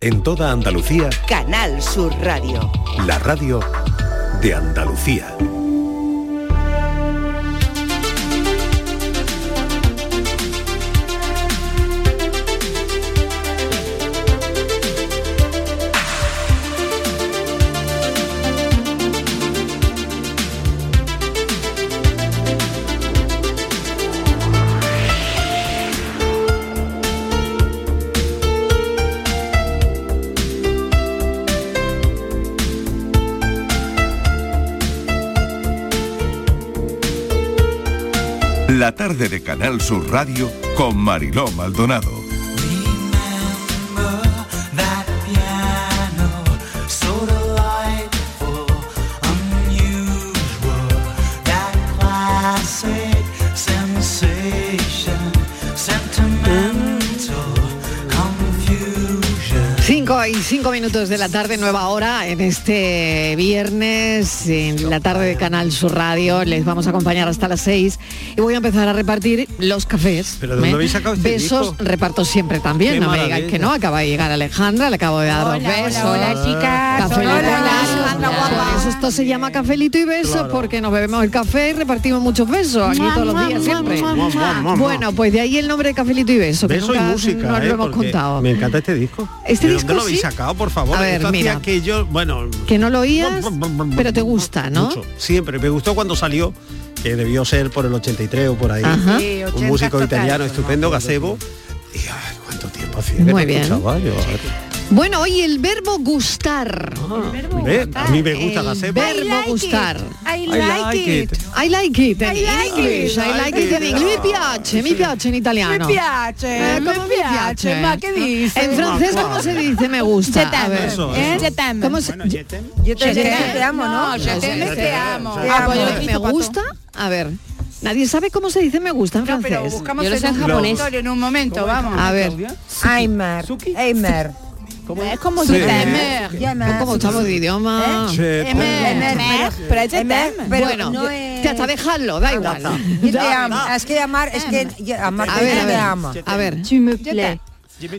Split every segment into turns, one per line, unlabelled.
En toda Andalucía,
Canal Sur Radio.
la radio de Andalucía.
La tarde de Canal Sur Radio con Mariló Maldonado.
That piano, so delightful, unusual. That classic sensation, sentimental confusion.
5 y 5 minutos de la tarde, nueva hora, en este viernes, en la tarde de Canal Sur Radio, les vamos a acompañar hasta las 6 y voy a empezar a repartir los cafés.
¿Pero de dónde
¿eh?
habéis sacado este
Besos
disco?
reparto siempre también,
Qué
no me digáis
maravilla.
que no, acaba de llegar Alejandra, le acabo de dar dos besos.
Ah,
hola, chicas.
Cafelito
Hola,
y besos.
Alejandra,
Por eso esto se llama cafelito y besos, porque nos bebemos el café y repartimos muchos besos aquí
Mua,
todos
mua,
los días
mua,
siempre.
mua, mua, mua, mua.
Bueno, pues de ahí el nombre de cafelito y besos. que
Beso y
nunca
música,
nos
¿eh?
lo hemos
Porque
contado.
Me encanta este disco.
Este
¿De
disco
dónde lo habéis
sí.
sacado, por favor?
A ver,
Esto hacía
mira.
que yo, bueno,
Que no lo oías, pero te gusta, ¿no?
mucho. Siempre me gustó cuando salió, que debió ser por el 83 o por ahí.
Ajá.
Sí, 80
Un músico
total.
italiano estupendo, Gazebo. Y ay, cuánto tiempo hacía. que
Muy
no
bien.
escuchaba yo. Eh,
Bueno, hoy el verbo gustar.
Ve, A mí me gusta
El
Gazebo.
verbo gustar.
I like it.
I like it in
I like
English,
it.
I like it in English. Mi piace, mi piace en
Me
italiano.
piace,
Eh,
me
¿cómo
piace, ma che dice?
En francés, ¿cómo se dice me gusta? A ver.
Eh?
¿Cómo se-
Yo te, yo
Je t'aime.
te amo, ¿no?
No, je t'aime, te amo.
Te
Ah,
amo.
pues yo-
Te
me gusta? A ver. Nadie sabe cómo se dice me gusta en
No, pero
francés.
buscamos
Yo lo sé en
en un
japonés.
consultorio en un momento, vamos.
A ver,
Aimer. Aimer.
Es como
Sí.
je t'aime.
¿cómo estamos de idioma?
Che,
Aimer.
Aimer.
Pero je
Aimer,
t'aime.
pero
Bueno,
no
te hasta
es...
dejarlo, da igual.
Yo te amo. Es que amar, es que yo- amarte
A ver,
yo
a
te
ver.
amo.
A ver.
Tu me plais.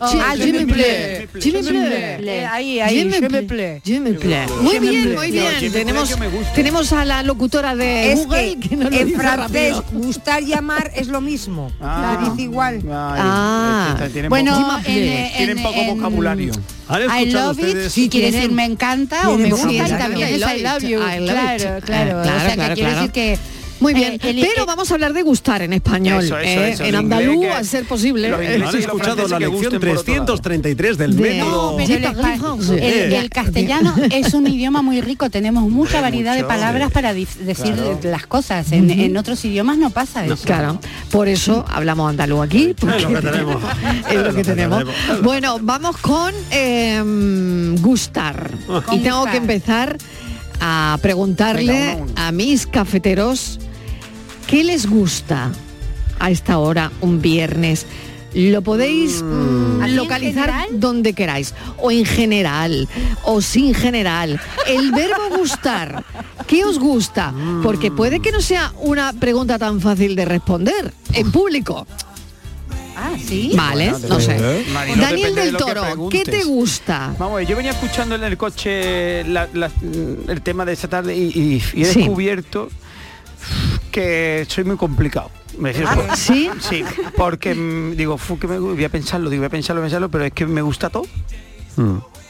Ah, je me plais. Je me plais.
Eh, Ahí, ahí, je me plais.
Je me plais. Muy bien, muy bien. Tenemos, tenemos a la locutora de
Es
Google
que,
que, nos lo
en
dice
francés
rápido.
gustar y amar es lo mismo.
Ah.
Lo dice igual.
Ah.
Bueno, en, eh,
plais.
en- en-
¿Han
I
escuchado
love it,
ustedes?
si quiere
Tienen-
decir me encanta o
tienen
me
poca
gusta y
idea.
también es I love you.
I love it.
Claro, claro.
Ah,
O
claro,
sea,
claro,
que quiere
claro.
decir que...
Muy bien,
eh, el-
pero
eh,
vamos a hablar de gustar en español,
Eso, eso,
¿eh?
eso,
en
en
andaluz
inglés, que-
a ser posible. Eh,
Los ingleses
¿Han
Sí,
escuchado
los franceses
la
que
lección
gusten por otro
333 del Eh,
De-
No,
método?
pero
Sí,
el,
parlez
espa-
français.
el- el castellano es un idioma muy rico, tenemos mucha variedad de
mucho,
palabras
hombre.
para dif- decir las cosas. En, en otros idiomas no pasa eso.
Claro, por eso hablamos andaluz aquí. porque
Es lo que tenemos.
es lo que tenemos. Bueno, vamos con eh, gustar.
Con
Y tengo
gustar.
que empezar a preguntarle
Venga, uno a uno.
a mis cafeteros qué les gusta a esta hora, un viernes. Lo podéis mm,
¿Así en
localizar
general?
donde queráis, o en general, o sin general. El verbo gustar, ¿qué os gusta?
Mm.
Porque puede que no sea una pregunta tan fácil de responder en público.
Ah, sí.
Vale,
Bueno,
no
depende,
sé.
¿eh?
Mariló,
Daniel
depende de
del
lo que
Toro, ¿qué
preguntes.
te gusta?
Vamos, a ver, yo venía escuchando en el coche la- la- el tema de esta tarde y, y- y he
Sí.
descubierto que soy muy complicado. Me refiero, por-
Ah, ¿Sí?
Sí, porque mm, digo, fu, que me, gu- voy a pensarlo, digo, voy a pensarlo, voy a pensarlo, pero es que me gusta todo.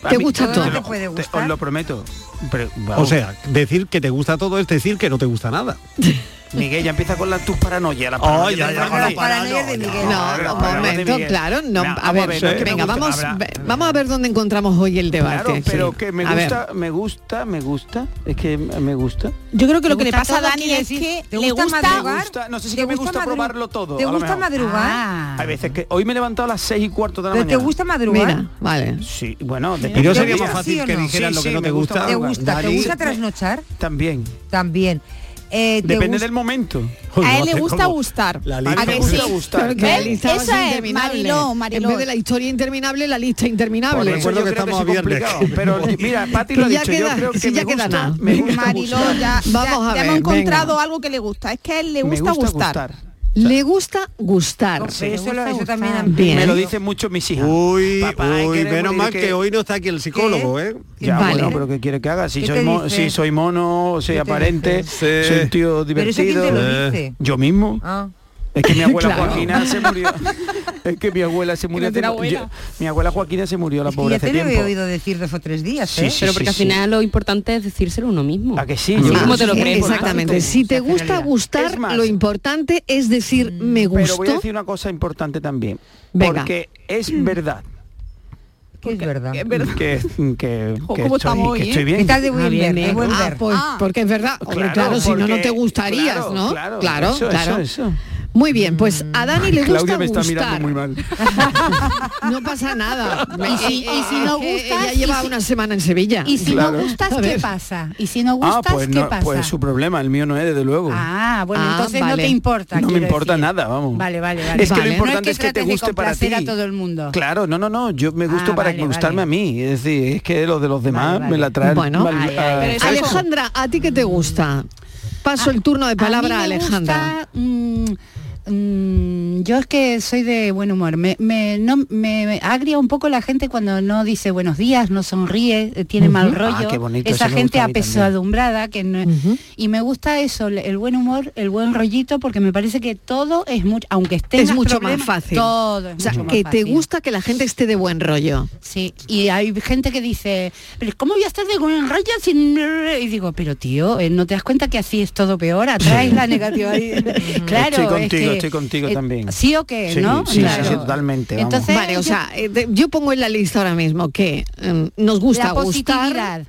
A
¿Te gusta todo?
lo-
¿Te puede gustar?
os lo prometo. Pero,
O
vamos,
sea, decir que te gusta todo es decir que no te gusta nada.
Miguel ya empieza con la, tus paranoias. La
Oh, ya, ya, con la
Las paranoias de Miguel.
No,
Claro,
un
hablamos de
momento,
Miguel.
claro, no,
Nah,
a
vamos
ver,
a ver, no es que me
venga,
gusta,
vamos,
habrá-
ve- vamos a ver dónde encontramos hoy el debate.
Claro, pero
sí.
que me
A ver.
gusta, me gusta, me gusta, es que me gusta.
Yo creo que lo que
¿Te
le pasa
gusta
a
todo?
Dani
Quiere
es
decir,
que
¿te
le
gusta
gusta...
madrugar?
Me gusta, no sé si
¿Te
que me gusta
madru-
probarlo todo,
¿Te
a lo
gusta
mejor.
madrugar?
Ah.
Hay veces que hoy me he levantado a las seis y cuarto de la
¿Pero ¿Te
mañana.
gusta madrugar?
Mira, vale.
Sí, bueno,
Y
depende
no
del
sería
día.
más
¿Sí
fácil
o
que
no?
dijeras
Sí,
lo que
sí,
no
me
te
gusta
gusta.
¿Te
madrugar.
gusta? ¿Te
Dani-
gusta trasnochar?
También.
También. Eh, ¿te
Depende
gusta-
del momento.
A él le gusta gustar.
La
A
lista
mí me
que
gusta
sí?
gustar.
Porque la
¿Ves?
lista va a
Esa
ser
es,
interminable.
Mariló,
En
Mariló.
vez de la historia interminable, la lista interminable.
Por Pues recuerdo
Yo
que
creo
estamos
soy
a viernes.
complicado, Pero mira, Pati lo ha
Que ya
dicho,
queda-
yo creo que
si ya
me
queda
gusta,
nada.
me gusta
Mariló,
gustar.
ya,
Vamos
ya-
a
ya
ver,
hemos encontrado
venga.
algo que le gusta. Es que a él le
Me
gusta,
gusta
gustar.
gustar.
Le gusta gustar.
Sí, eso, lo- eso también a mí.
Bien.
Me lo dicen mucho mis hijas.
Uy,
Papá, hay
uy,
que
menos
decir
mal
que-
que hoy no está aquí el psicólogo, ¿eh?
Ya,
Vale.
bueno, pero ¿qué quiere que haga? Si,
¿Qué te
soy, mo-
dice?
si soy mono, soy
¿Qué te
aparente,
dice? Sí.
soy un tío
Pero eso quién
divertido.
te
Eh.
lo dice.
Yo mismo.
Ah.
Es que mi abuela
Claro.
Joaquina se murió. Es que mi abuela se murió.
no era
hace- yo-
abuela.
mi abuela Joaquina se murió la
Es que
pobre
ya
hace
te lo he
tiempo.
oído decir dos o tres días,
Sí,
¿eh?
sí,
Pero porque
sí,
al
sí.
final lo importante es decírselo uno mismo.
¿A que sí? Ah,
Así
Yo-
como te lo
Sí,
crees. por
Exactamente.
tanto.
Si te
Esa
gusta
finalidad.
gustar,
Es más-
lo importante es decir me
Pero voy a
gustó.
decir una cosa importante también.
Venga.
Porque es verdad
Que es verdad.
Es verdad.
que, que,
Jo,
que
¿cómo
estoy,
estamos
que
hoy,
estoy
eh?
bien.
¿Qué tal de buen
Ah, bien,
ver?
bien.
De buen
Ah,
ver.
Pues
Ah.
porque es verdad, Hombre, claro, si no, no
porque-
te gustarías,
claro,
¿no? Claro,
Claro,
claro.
eso, eso, eso.
Muy bien, pues a
Mm. Ah,
Dani le gusta
Claudia me está mirando
gustar.
muy mal.
No pasa nada.
Y si- y si no gustas,
Ella lleva
y si-
una semana en Sevilla.
Y si
Claro.
no gustas,
A
¿qué
ver.
pasa? Y si no
Ah,
gustas,
pues,
¿qué
no,
pasa?
pues su problema, el mío no es, desde luego.
Ah, bueno,
Ah,
entonces no
vale.
te importa.
No me
quiero
importa
decir.
nada, vamos.
Vale, vale, vale.
Es que lo
Vale.
importante
No
es que te
trates de
guste para
complacer
ti.
a todo el mundo.
Claro, no, no, no, yo me gusto
Ah,
para
vale,
gustarme
vale.
a mí, es decir, es que los de los demás
Vale,
me la
vale.
traen.
Bueno.
mal-
Ay, ay,
ah,
pero eso-
Alejandra, ¿a ti qué te gusta? Paso el turno de palabra a,
mí me
Alejandra.
gusta, mm, mm, yo es que soy de buen humor. Me, me- no, me- me agria un poco la gente cuando no dice buenos días, no sonríe, eh, tiene mal rollo.
Ah, qué bonito,
Esa
eso me
gente
gusta a mí
apesadumbrada que no- y me gusta eso, el- el buen humor, el buen rollito, porque me parece que todo es mucho, aunque esté
Es mucho más fácil.
Todo. es
O sea,
mucho más
que te
fácil.
gusta que la gente esté de buen rollo.
Sí, y hay gente que dice, pero ¿cómo voy a estar de buen rollo sin...? Y digo, pero tío, eh, ¿no te das cuenta que así es todo peor? Atraes la negativa. ahí.
Mm.
claro,
Estoy
es
contigo,
que, eh,
estoy contigo también.
¿Sí o qué?
Sí,
¿no?
sí, sí,
Claro.
sí, totalmente, vamos.
Entonces,
vale, o
yo-
sea, eh, te- yo pongo en la lista ahora mismo que em, nos gusta
la
gustar,
positividad.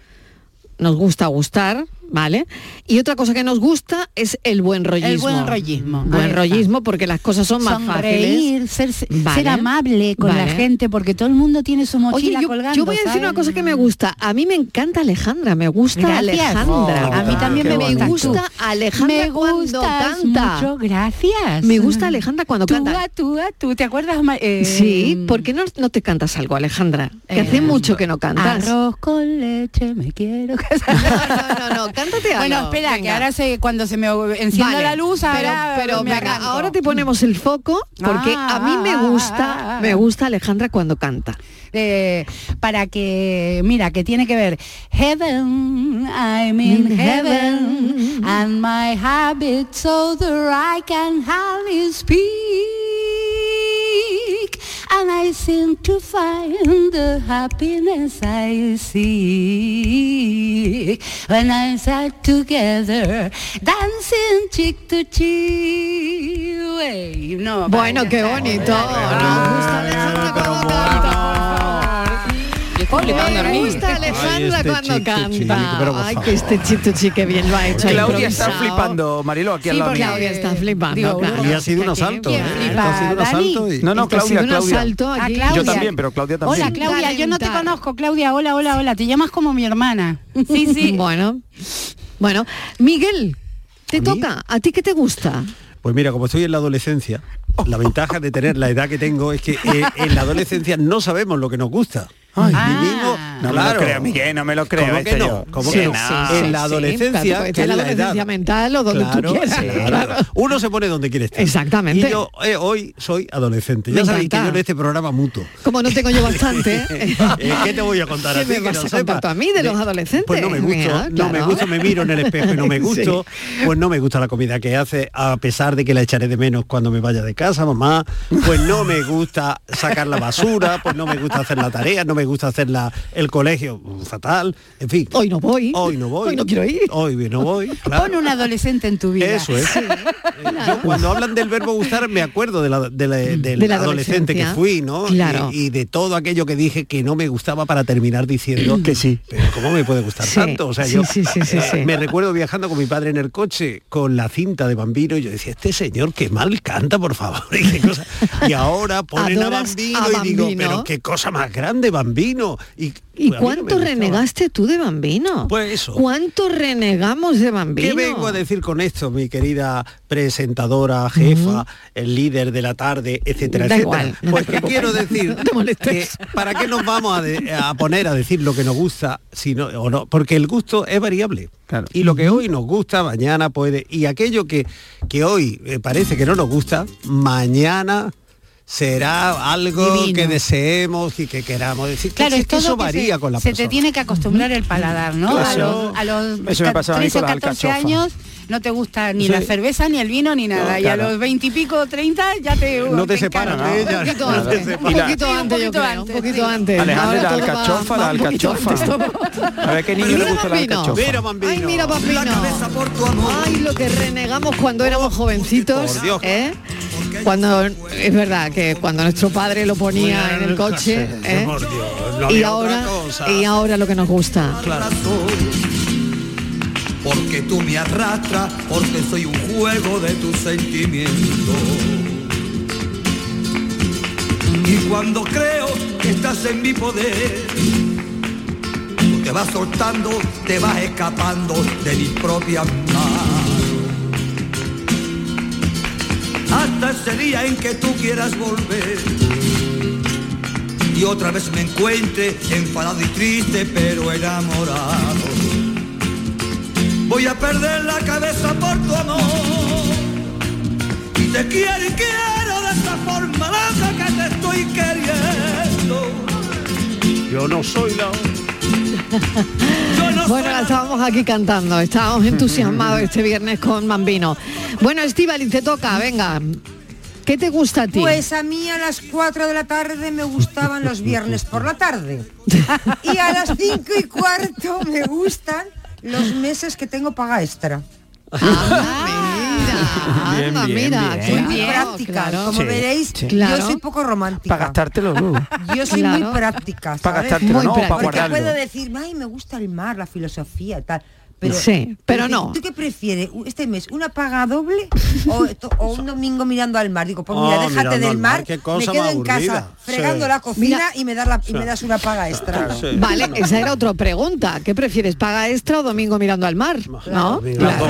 nos gusta gustar, ¿vale? Y otra cosa que nos gusta es el buen rollismo.
El buen rollismo. Ahí
Buen
está.
rollismo porque las cosas son más fáciles.
Sonreír, ser, ser
Vale.
amable con la
Vale.
gente, porque todo el mundo tiene su
Oye,
mochila
yo,
colgando.
yo voy a decir
¿sabes?
una cosa que me gusta. A mí me encanta Alejandra, me gusta
Gracias.
Alejandra.
Oh,
a mí también
qué
me
me
gusta.
gusta
tú.
Alejandra
me
cuando
gustas
canta.
mucho, gracias.
Me gusta Alejandra cuando
tú
canta.
A, tú, a, tú, ¿te acuerdas? Ma- eh,
Sí, ¿por qué no, no te cantas algo, Alejandra? Que
Eh,
hace mucho que no cantas.
Arroz con leche, me quiero casar.
No, no, no, no, cántate algo.
Bueno, espera, que
venga.
ahora se, cuando se me encienda
Vale,
la luz,
pero-
ahora
pero
me
venga,
arranco.
ahora te ponemos el foco porque
Ah,
a mí me
ah,
gusta,
ah, ah,
me
ah.
gusta Alejandra cuando canta.
Eh, para que, mira, que tiene que ver. Heaven, I'm
Mm,
in heaven, and my habit so that I can hardly speak, and I seem to find the happiness I seek when I sat together dancing cheek to cheek. Wey, no,
Bueno,
vaya.
qué bonito. Ah. Nos gusta Alejandra cuando canta.
Yo estoy flipando ahora
Me
mismo.
gusta Alejandra
Ay, este
cuando
chito
canta.
chico, pero por
Ay,
favor.
que este chito chique bien lo ha hecho. ha
Claudia está
improvisado.
flipando, Marilo, aquí al
Sí,
lado
porque
mío.
Claudia está flipando.
Digo,
claro.
Y ha sido un
Aquí,
asalto,
bien
¿eh? Esto
flipada,
ha sido un
Dani.
asalto y...
No, no,
Esto ha
Claudia,
sido un
Claudia.
asalto
Ah,
aquí.
Claudia.
Yo también, pero Claudia también.
Hola Claudia, yo no te
Calentar.
conozco, Claudia, hola, hola, hola, te llamas como mi hermana. Sí,
Bueno, bueno, Miguel, te
¿A mí?
toca. ¿A ti qué te gusta?
Pues mira, como estoy en la adolescencia, la ventaja de tener la edad que tengo es que eh, en la adolescencia no sabemos lo que nos gusta. Ay,
Ah.
vivimos-
No me lo
claro.
creo, Miguel, no me lo creo.
¿Cómo que
esto yo.
no? ¿Cómo
Sí,
que no?
no.
en la adolescencia, que
en la adolescencia
edad.
mental o donde
Claro,
tú quieras.
sí,
claro.
Uno se pone donde quiere estar.
Exactamente.
Y yo eh, hoy soy adolescente. Ya
Me
sabéis que
encanta.
yo en este programa mutuo.
Como no tengo yo bastante.
Eh, ¿Qué te voy a contar
¿Qué
a ti
me
que
vas
no
a
sepa?
contar tú a mí de los adolescentes?
Pues no me gusto,
Mira,
no me
claro.
gusto, me miro en el espejo y no me gusto. Pues no me gusta la comida que hace, a pesar de que la echaré de menos cuando me vaya de casa, mamá. Pues no me gusta sacar la basura, pues no me gusta hacer la tarea, no me gusta hacer la, el colegio, mm, fatal. En fin.
Hoy no voy.
Hoy no voy.
Hoy no quiero ir.
Hoy no voy. claro.
Pon un adolescente en tu vida.
Eso es. Eh, yo cuando hablan del verbo gustar me acuerdo de la, de la- del
Mm. De la
adolescente que
adolescencia.
fui, ¿no?
Claro.
Y, y de todo aquello que dije que no me gustaba para terminar diciendo que sí. Pero ¿cómo me puede gustar
Sí,
tanto? O sea,
sí,
yo
sí, sí, sí,
eh,
sí.
me recuerdo viajando con mi padre en el coche con la cinta de Bambino y yo decía, este señor que mal canta, por favor. Y, qué cosa. Y ahora ponen a
Adoras
Bambino,
a
y digo,
Bambino.
pero qué cosa más grande Bambino. Bambino. ¿Y, pues a mí no
¿Y
me
cuánto
gustaba.
renegaste tú de Bambino?
Pues eso.
¿Cuánto renegamos de Bambino?
¿Qué vengo a decir con esto, mi querida presentadora, jefa, el líder de la tarde, etcétera,
Da
etcétera?
igual, no
pues
te
que quiero
preocupes.
decir
No te molestes.
que para qué nos vamos a, de- a poner a decir lo que nos gusta si no, o no, porque el gusto es variable. Y lo que hoy nos gusta, mañana puede. Y aquello que, que hoy eh, parece que no nos gusta, mañana será algo
Divino.
que deseemos y que queramos decir.
Claro,
que,
es
que
todo
eso
que
varía
se,
con la
se
persona.
te tiene que acostumbrar el paladar, ¿no?
Claro.
A los, a los
Eso me
ca-
pasaba a mí
13 o
con la
14
alcachofa.
años no te gusta ni
Sí.
la cerveza, ni el vino, ni nada.
No,
Y a
claro.
los 20 y pico, 30 ya te...
No te separan
encargas.
de ella.
Un poquito antes, un poquito antes, yo creo, un poquito antes.
Alejandra,
Ahora
la
todo va-
alcachofa,
va
la
un Ah, poquito
alcachofa.
antes todo.
A ver qué niño le
Mira,
gusta la
Bambino.
alcachofa.
Mira, Bambino. Ay, mira, Bambino. Ay, lo que renegamos cuando éramos jovencitos.
por Dios.
¿eh? Cuando es verdad que cuando nuestro padre lo ponía en el coche.
Sí,
¿eh?
por Dios, no
Y
había otra
ahora,
cosa.
y ahora lo que nos gusta.
Porque tú me arrastras, porque soy un juego de tus sentimientos. Y cuando creo que estás en mi poder, tú te vas soltando, te vas escapando de mis propias manos. Hasta ese día en que tú quieras volver. Y otra vez me encuentre enfadado y triste, pero enamorado. Voy a perder la cabeza por tu amor. Y te quiero y quiero de esta forma loca que te estoy queriendo.
Yo no soy la
Bueno, la estábamos aquí cantando, estábamos entusiasmados este viernes con Bambino. Bueno, Estivali, te toca, venga. ¿Qué te gusta a ti?
Pues a mí a las 4 de la tarde me gustaban los viernes por la tarde. Y a las 5 y cuarto me gustan los meses que tengo paga extra.
Ah, Bien,
Ah,
Anda,
bien,
mira,
bien.
soy muy
Claro,
práctica.
claro.
Como
Sí,
veréis,
sí.
yo
Claro.
soy poco romántica.
Para gastártelo luego.
Yo soy
Claro.
muy práctica. ¿sabes?
Para gastártelo, Muy no, para
Porque
guardarlo.
puedo decir, ay, me gusta el mar, la filosofía, tal. Pero,
Sí, pero no.
¿Tú qué prefieres? u- ¿Este mes una paga doble o, to- o un domingo mirando al mar? Digo, pues mira,
Oh,
déjate
mirando al
del
mar,
mar,
qué cosa
me quedo
más
en casa
aburrida.
fregando
Sí.
la cocina
Mira.
y me, das la- y
Sí. Ah,
me das una paga extra.
Sí.
Vale, esa era otra pregunta. ¿Qué prefieres, paga extra o domingo mirando al mar? ¿No?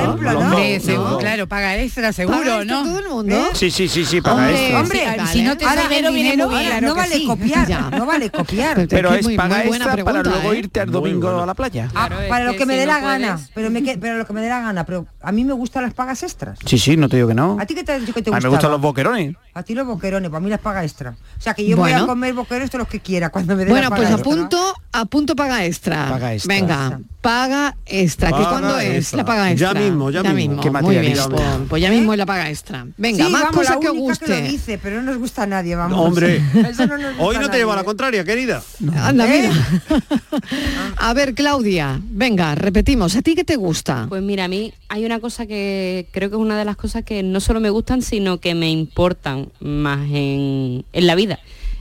Hombre, seguro, Claro, paga extra, seguro, ¿no?
todo el mundo.
Sí, sí, sí, sí, para
Hombre,
extra.
hombre,
Sí,
si no te
Ahora,
sobra el
dinero viene
dinero,
muy bien,
claro
no
que
vale
sí.
copiar, no vale copiar.
Pero es paga
muy buena
extra para
pregunta,
luego
¿eh?
irte al domingo a la playa.
Ah, para lo que, me
si
dé
no
la gana,
puedes-
pero, me que- pero lo que me dé la gana, pero a mí me gustan las pagas extras.
Sí, sí, no te digo que no.
¿A ti qué te, qué te
A mí me
gustaba?
gustan los boquerones.
A ti los boquerones, para mí las paga extra. O sea que yo voy a
Bueno.
comer boquerones todos los que quiera cuando me dé
Bueno,
la
pues
paga
a
extra.
punto, a punto paga extra.
Paga extra.
Venga, paga extra. ¿Que
Paga
cuándo es
extra.
la paga
Ya
extra?
mismo, ya mismo. ¿Eh? Qué
Muy bien,
materialista.
pues, pues ya mismo es la paga extra. Venga,
Sí,
más
vamos,
cosas
la
que os
única
guste.
lo dice, pero no nos gusta a nadie, vamos.
Hombre,
Eso no nos gusta
hoy
a
no te
nadie. ¿Eh?
llevo a la contraria, querida.
Anda, mira. a ver, Claudia, venga, repetimos. ¿A ti qué te gusta?
Pues mira, a mí hay una cosa que creo que es una de las cosas que no solo me gustan, sino que me importan más en, en la vida.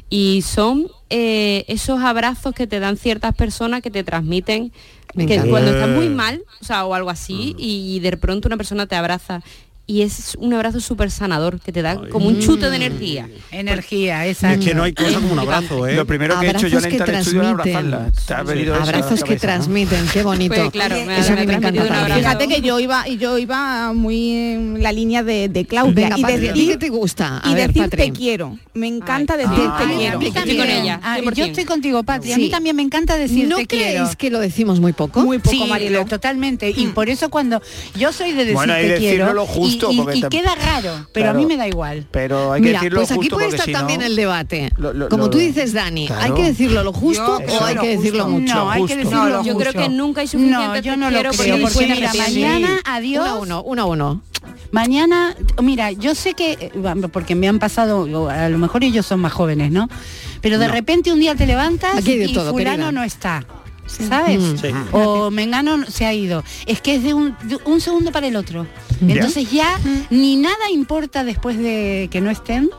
Y son eh, esos abrazos que te dan ciertas personas que te transmiten
Me
que
encanta.
cuando
Eh.
estás muy mal, o sea, o algo así,
Mm.
y de pronto una persona te abraza. Y es un abrazo súper sanador, que te da como un chute de
Mm.
energía.
Energía, esa.
Es que no hay cosa como un abrazo, ¿eh?
Lo primero que he hecho yo al
Abrazos que
entrar al estudio era
transmiten.
abrazarla. Te ha
Pues,
venido eso a la
Abrazos que
cabeza, ¿no?
transmiten, qué bonito.
Pues claro, me ha-
Eso a mí
me
me
ha
encanta
transmitido un
también.
abrazo.
Fíjate que yo iba y yo iba muy en la línea de, de Claudia
Venga,
y
Patri, ¿a ti
decir,
qué te gusta? A
y
ver,
decir te
Patri.
quiero. Me encanta decir
Ah,
te
ay,
quiero.
a mí
Estoy con ella,
Ah,
100%.
yo estoy contigo, Patria. A mí
Sí.
también me encanta decir
¿No
te quiero.
creéis que lo decimos muy poco? Mm.
Muy poco,
Sí,
Marilo,
lo-
totalmente. Y por eso cuando yo soy de decir
Bueno, y
te quiero
decírnoslo justo,
y, y-
porque
y
tam-
queda raro, pero a
Claro.
mí me da igual.
Pero hay que
Mira,
decirlo
pues aquí
justo
puede
porque
estar
si no-
también el debate.
Lo- lo-
Como
lo-
tú dices, Dani,
Claro.
hay que decirlo lo justo
Yo
o
creo
hay
lo
que decirlo
justo.
mucho.
No, hay que
justo.
decirlo
No, lo
Yo creo
justo.
que nunca hay suficiente
No, yo
te
no lo
quiero,
creo,
porque
porque
puedes
mira,
repetir.
mañana, adiós.
Uno a uno, uno a uno.
Mañana, mira, yo sé que, eh, bueno, porque me han pasado, o a lo mejor ellos son más jóvenes, ¿no? Pero de repente un día te levantas
Aquí hay de
y
todo,
fulano
querida. Mm.
no está. ¿Sabes?
Sí.
O Mengano se ha ido. Es que es de un, de un
Mm.
segundo para el otro. Entonces ya ni nada importa después de que no estén.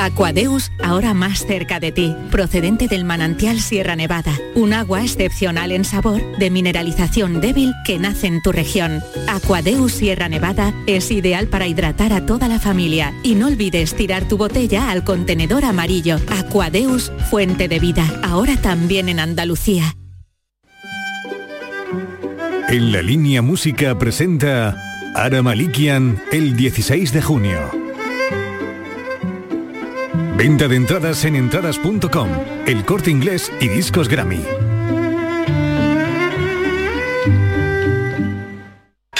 Aquadeus, ahora más cerca de ti, procedente del manantial Sierra Nevada, un agua excepcional en sabor, de mineralización débil que nace en tu región. Aquadeus Sierra Nevada es ideal para hidratar a toda la familia y no olvides tirar tu botella al contenedor amarillo. Aquadeus, fuente de vida, ahora también en Andalucía.
En la línea música presenta Ara Malikian el 16 de junio. Venta de entradas en entradas.com, el corte inglés y discos Grammy.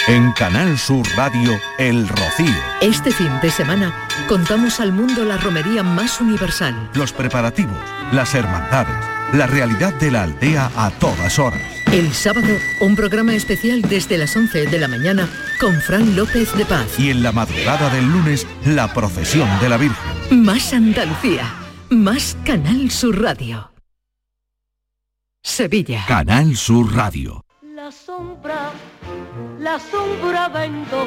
En Canal Sur Radio, El Rocío.
Este fin de semana contamos al mundo la romería más universal.
Los preparativos, las hermandades, la realidad de la aldea a todas horas.
El sábado, un programa especial desde las 11 de la mañana con Fran López de Paz.
Y en la madrugada del lunes, la procesión de la Virgen.
Más Andalucía, más Canal Sur Radio. Sevilla.
Canal Sur Radio.
La sombra, la sombra vendó.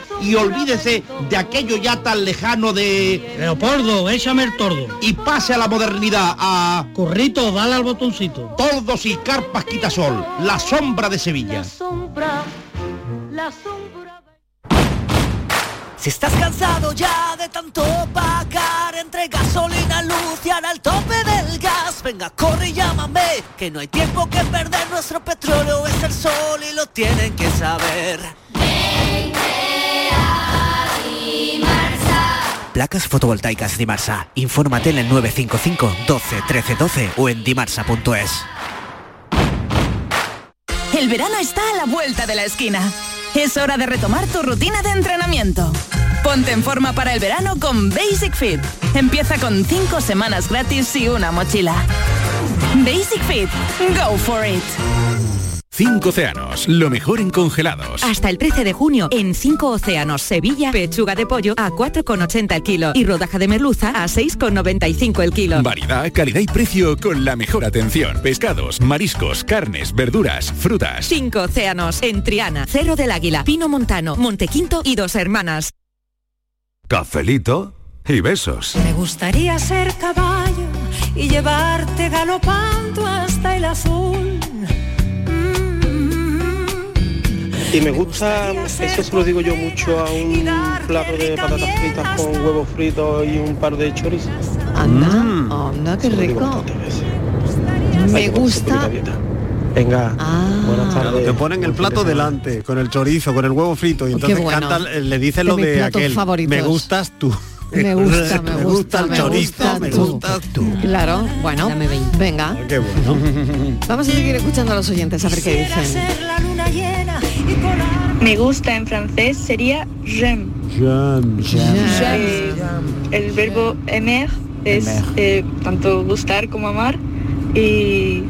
y olvídese de aquello ya tan lejano de...
Leopoldo, échame el tordo.
Y pase a la modernidad, a...
Corrito, dale al botoncito.
Tordos y carpas quitasol, la sombra de Sevilla. La sombra,
la sombra... Si estás cansado ya de tanto pagar entre gasolina, luz y ahora el tope del gas, venga, corre y llámame, que no hay tiempo que perder, nuestro petróleo es el sol y lo tienen que saber.
Placas fotovoltaicas Dimarsa. Infórmate en el 955 12 13 12 o en dimarsa.es.
El verano está a la vuelta de la esquina. Es hora de retomar tu rutina de entrenamiento. Ponte en forma para el verano con Basic Fit. Empieza con 5 semanas gratis y una mochila. Basic Fit. Go for it.
5 Océanos, lo mejor en congelados.
Hasta el 13 de junio, en 5 Océanos, Sevilla, pechuga de pollo a 4,80 el kilo y rodaja de merluza a 6,95 el kilo.
Variedad, calidad y precio con la mejor atención. Pescados, mariscos, carnes, verduras, frutas.
5 Océanos, en Triana, Cerro del Águila, Pino Montano, Montequinto y Dos Hermanas.
Cafelito y besos.
Me gustaría ser caballo y llevarte galopando hasta el azul.
Y me gusta, eso se lo digo yo mucho, a un plato de patatas fritas con huevos fritos y un par de chorizos.
Anda, mm. anda, qué rico. Me gusta.
Venga, ah. buenas tardes.
Te ponen el plato delante, con el chorizo, con el huevo frito, y entonces
Oh, bueno.
cantan, eh, le dicen lo
De mis
de
platos
aquel.
favoritos.
Me gustas tú.
Me gusta, me gusta,
me gusta el
me
chorizo,
gusta
me
tú.
gustas tú. Ah,
Claro, bueno, venga.
Qué bueno.
Vamos a seguir escuchando a los oyentes a ver qué dicen.
Me gusta en francés sería j'aime.
Jam, jam.
Eh, el verbo aimer es eh, tanto gustar como amar. Y,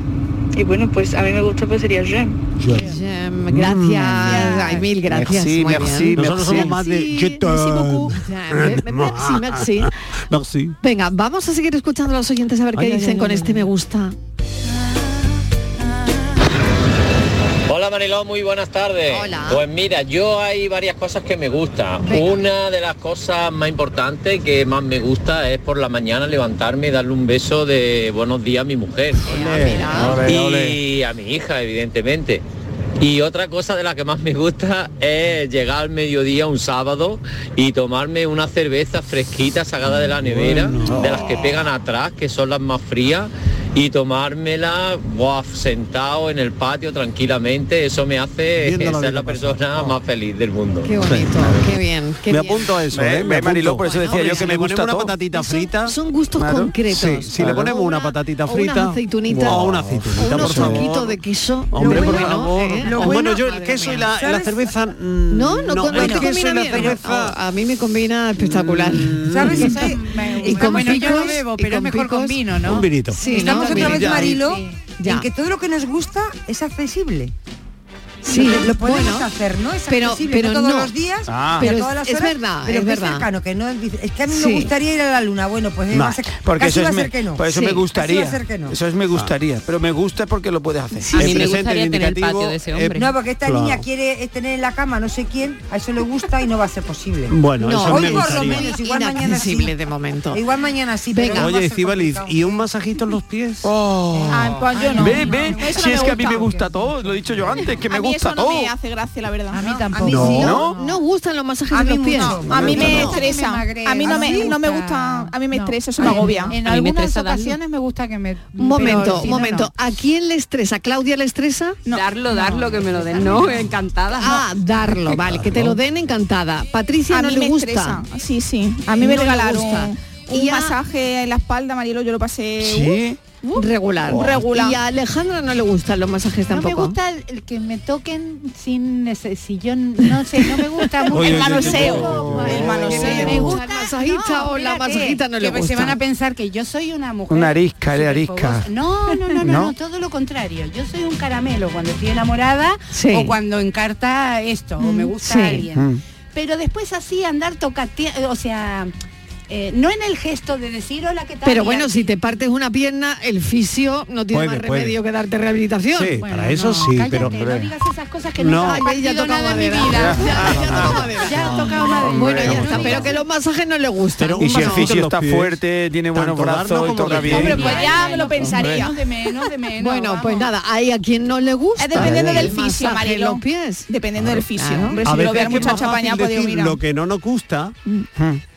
y bueno, pues a mí me gusta, pues sería j'aime.
Jem,
Mm,
Gracias, ay, mil gracias.
Merci,
muy
merci, merci.
bien.
Nosotros somos
más de
Merci,
je t'aime.
merci beaucoup. Jem, merci, merci.
Merci.
Venga, vamos a seguir escuchando a los oyentes a ver qué
Ay, ay,
dicen
ay,
con
ay,
este me gusta.
Hola Mariló, muy buenas tardes.
Hola.
Pues mira, yo hay varias cosas que me gustan.
Venga.
Una de las cosas más importantes que más me gusta es por la mañana levantarme y darle un beso de buenos días a mi mujer.
Ole,
Y a mi hija, evidentemente. Y otra cosa de la que más me gusta es llegar al mediodía un sábado y tomarme una cerveza fresquita sacada de la nevera, de las que pegan atrás, que son las más frías, y tomármela guau, sentado en el patio tranquilamente, eso me hace
Viendo lo que
ser la persona más feliz del mundo.
Qué bonito, qué bien. Qué
Me
bien.
apunto a eso,
¿eh?
Me Mariló, por eso decía
Hombre,
yo
si
que
le
me
ponemos
gusta
una
todo.
patatita frita.
Son gustos
Claro.
concretos.
Sí, si le ponemos una patatita
o unas
frita
aceitunitas.
o una aceitunita, por
unos
favor.
poquitos de queso.
Hombre,
Lo
por
bueno,
favor.
¿eh?
Lo
O
bueno, yo el
madre
queso y
mía.
la, la
¿Sabes?
cerveza. mm,
No, no,
no,
con-
el queso
no
y
combina
la
bien. Oh,
cerveza. Mm.
A, a mí me combina espectacular.
¿Sabes?
Y
Es que
con-
me-
y con
bueno, yo no
picos,
bebo,
y
pero es
con
mejor con
picos.
vino, ¿no?
Un vinito.
Sí,
Estamos
¿no?
otra vez,
Ya,
Marilo,
sí,
en que todo lo que nos gusta es accesible.
Sí,
lo, lo podemos
bueno,
hacer, ¿no? Es
pero-
accesible,
pero
no todos
no.
los días,
Ah.
ni a
Pero
todas las
es
horas,
verdad,
pero
es
que
verdad.
cercano, que no es dice- es que a mí
Sí.
me gustaría ir a la luna, bueno, pues eh, va
Nah,
a ser-
porque
casi
eso
va
es
a
me,
ser que no.
por eso
Sí.
me
Casi va a
gustaría
ser que no.
eso es me gustaría pero me gusta porque lo puedes hacer
Sí, A mí sí. me
gustaría tener el patio de ese
eh,
No, porque esta
claro.
niña quiere eh, tener en la cama no sé quién, a eso le gusta y no va a ser posible.
Bueno,
No,
eso
hoy
me
por lo
gustaría.
menos, igual mañana sí.
Inaccesible de momento.
Igual mañana sí, pero no va a
Oye,
ser
Estíbaliz, ¿y un masajito en los pies?
Ah, pues yo no.
Oh. ve ve
No, no, eso
si
no
es
me
que a mí
gusta.
me gusta todo lo he dicho yo antes que me
a mí
gusta
eso no
todo
me hace gracia, la verdad. A mí
tampoco.
No,
No.
no, gustan los masajes
A
en
mí,
los pies.
no, a mí me estresa.
me
A mí no me,
agrega.
no me gusta. A mí me estresa, eso me agobia.
En algunas ocasiones
me gusta que me... Un
pero
momento,
si
un
no,
momento.
no.
¿A quién le estresa? ¿Claudia le estresa?
Darlo, darlo, que me lo den. No, encantada.
Ah, darlo, vale, que te lo den encantada. Patricia
A
no
mí
le
me
gusta.
estresa. Sí, sí. A mí me
No le
regalaron
gusta.
un masaje en la espalda, Marilo, yo lo pasé.
¿Sí? regular.
Oh. Regular.
Y a Alejandra no le gustan los masajes
No me
tampoco.
gusta
el, el que me toquen sin ese sillón, no sé, no me gusta mucho.
Oye,
El manoseo.
El
manoseo.
Me gusta.
La masajista o la
espérate,
masajita no le
que se
gusta.
van a pensar que yo soy una mujer.
Una arisca, eres arisca.
No, no, no, no,
¿No?
no, todo lo contrario. Yo soy un caramelo cuando estoy enamorada
Sí.
o cuando encarta esto o me gusta
sí.
alguien.
Mm.
Pero después así andar tocate, o sea, eh, no en el gesto de decir hola, ¿qué tal?
Pero
Y
bueno,
así.
si te partes una pierna, el fisio no tiene
Puede,
más
puede.
remedio que darte rehabilitación.
Sí, para eso sí, pero...
esas cosas
que no No. se han
Ay, ya he
partido
tocado
nada en mi
madera.
vida.
Ya, ya he tocado madera. Bueno, ya
Hombre.
está, pero que los masajes no le gustan.
y si el fisio está fuerte tiene buenos
tanto darnos
brazos y
como
toca
darnos.
bien
Hombre,
Pues ya me lo pensaría.
Hombre.
Bueno,
pues nada, hay a quien no le gusta.
Dependiendo
el
del
masaje
fisio,
en
Marilo.
los pies.
Dependiendo del fisio. Hombre,
A
si lo
veces
veo
es que es más
muchacha
fácil
apañada, pues digo,
decir
mira.
lo que no nos gusta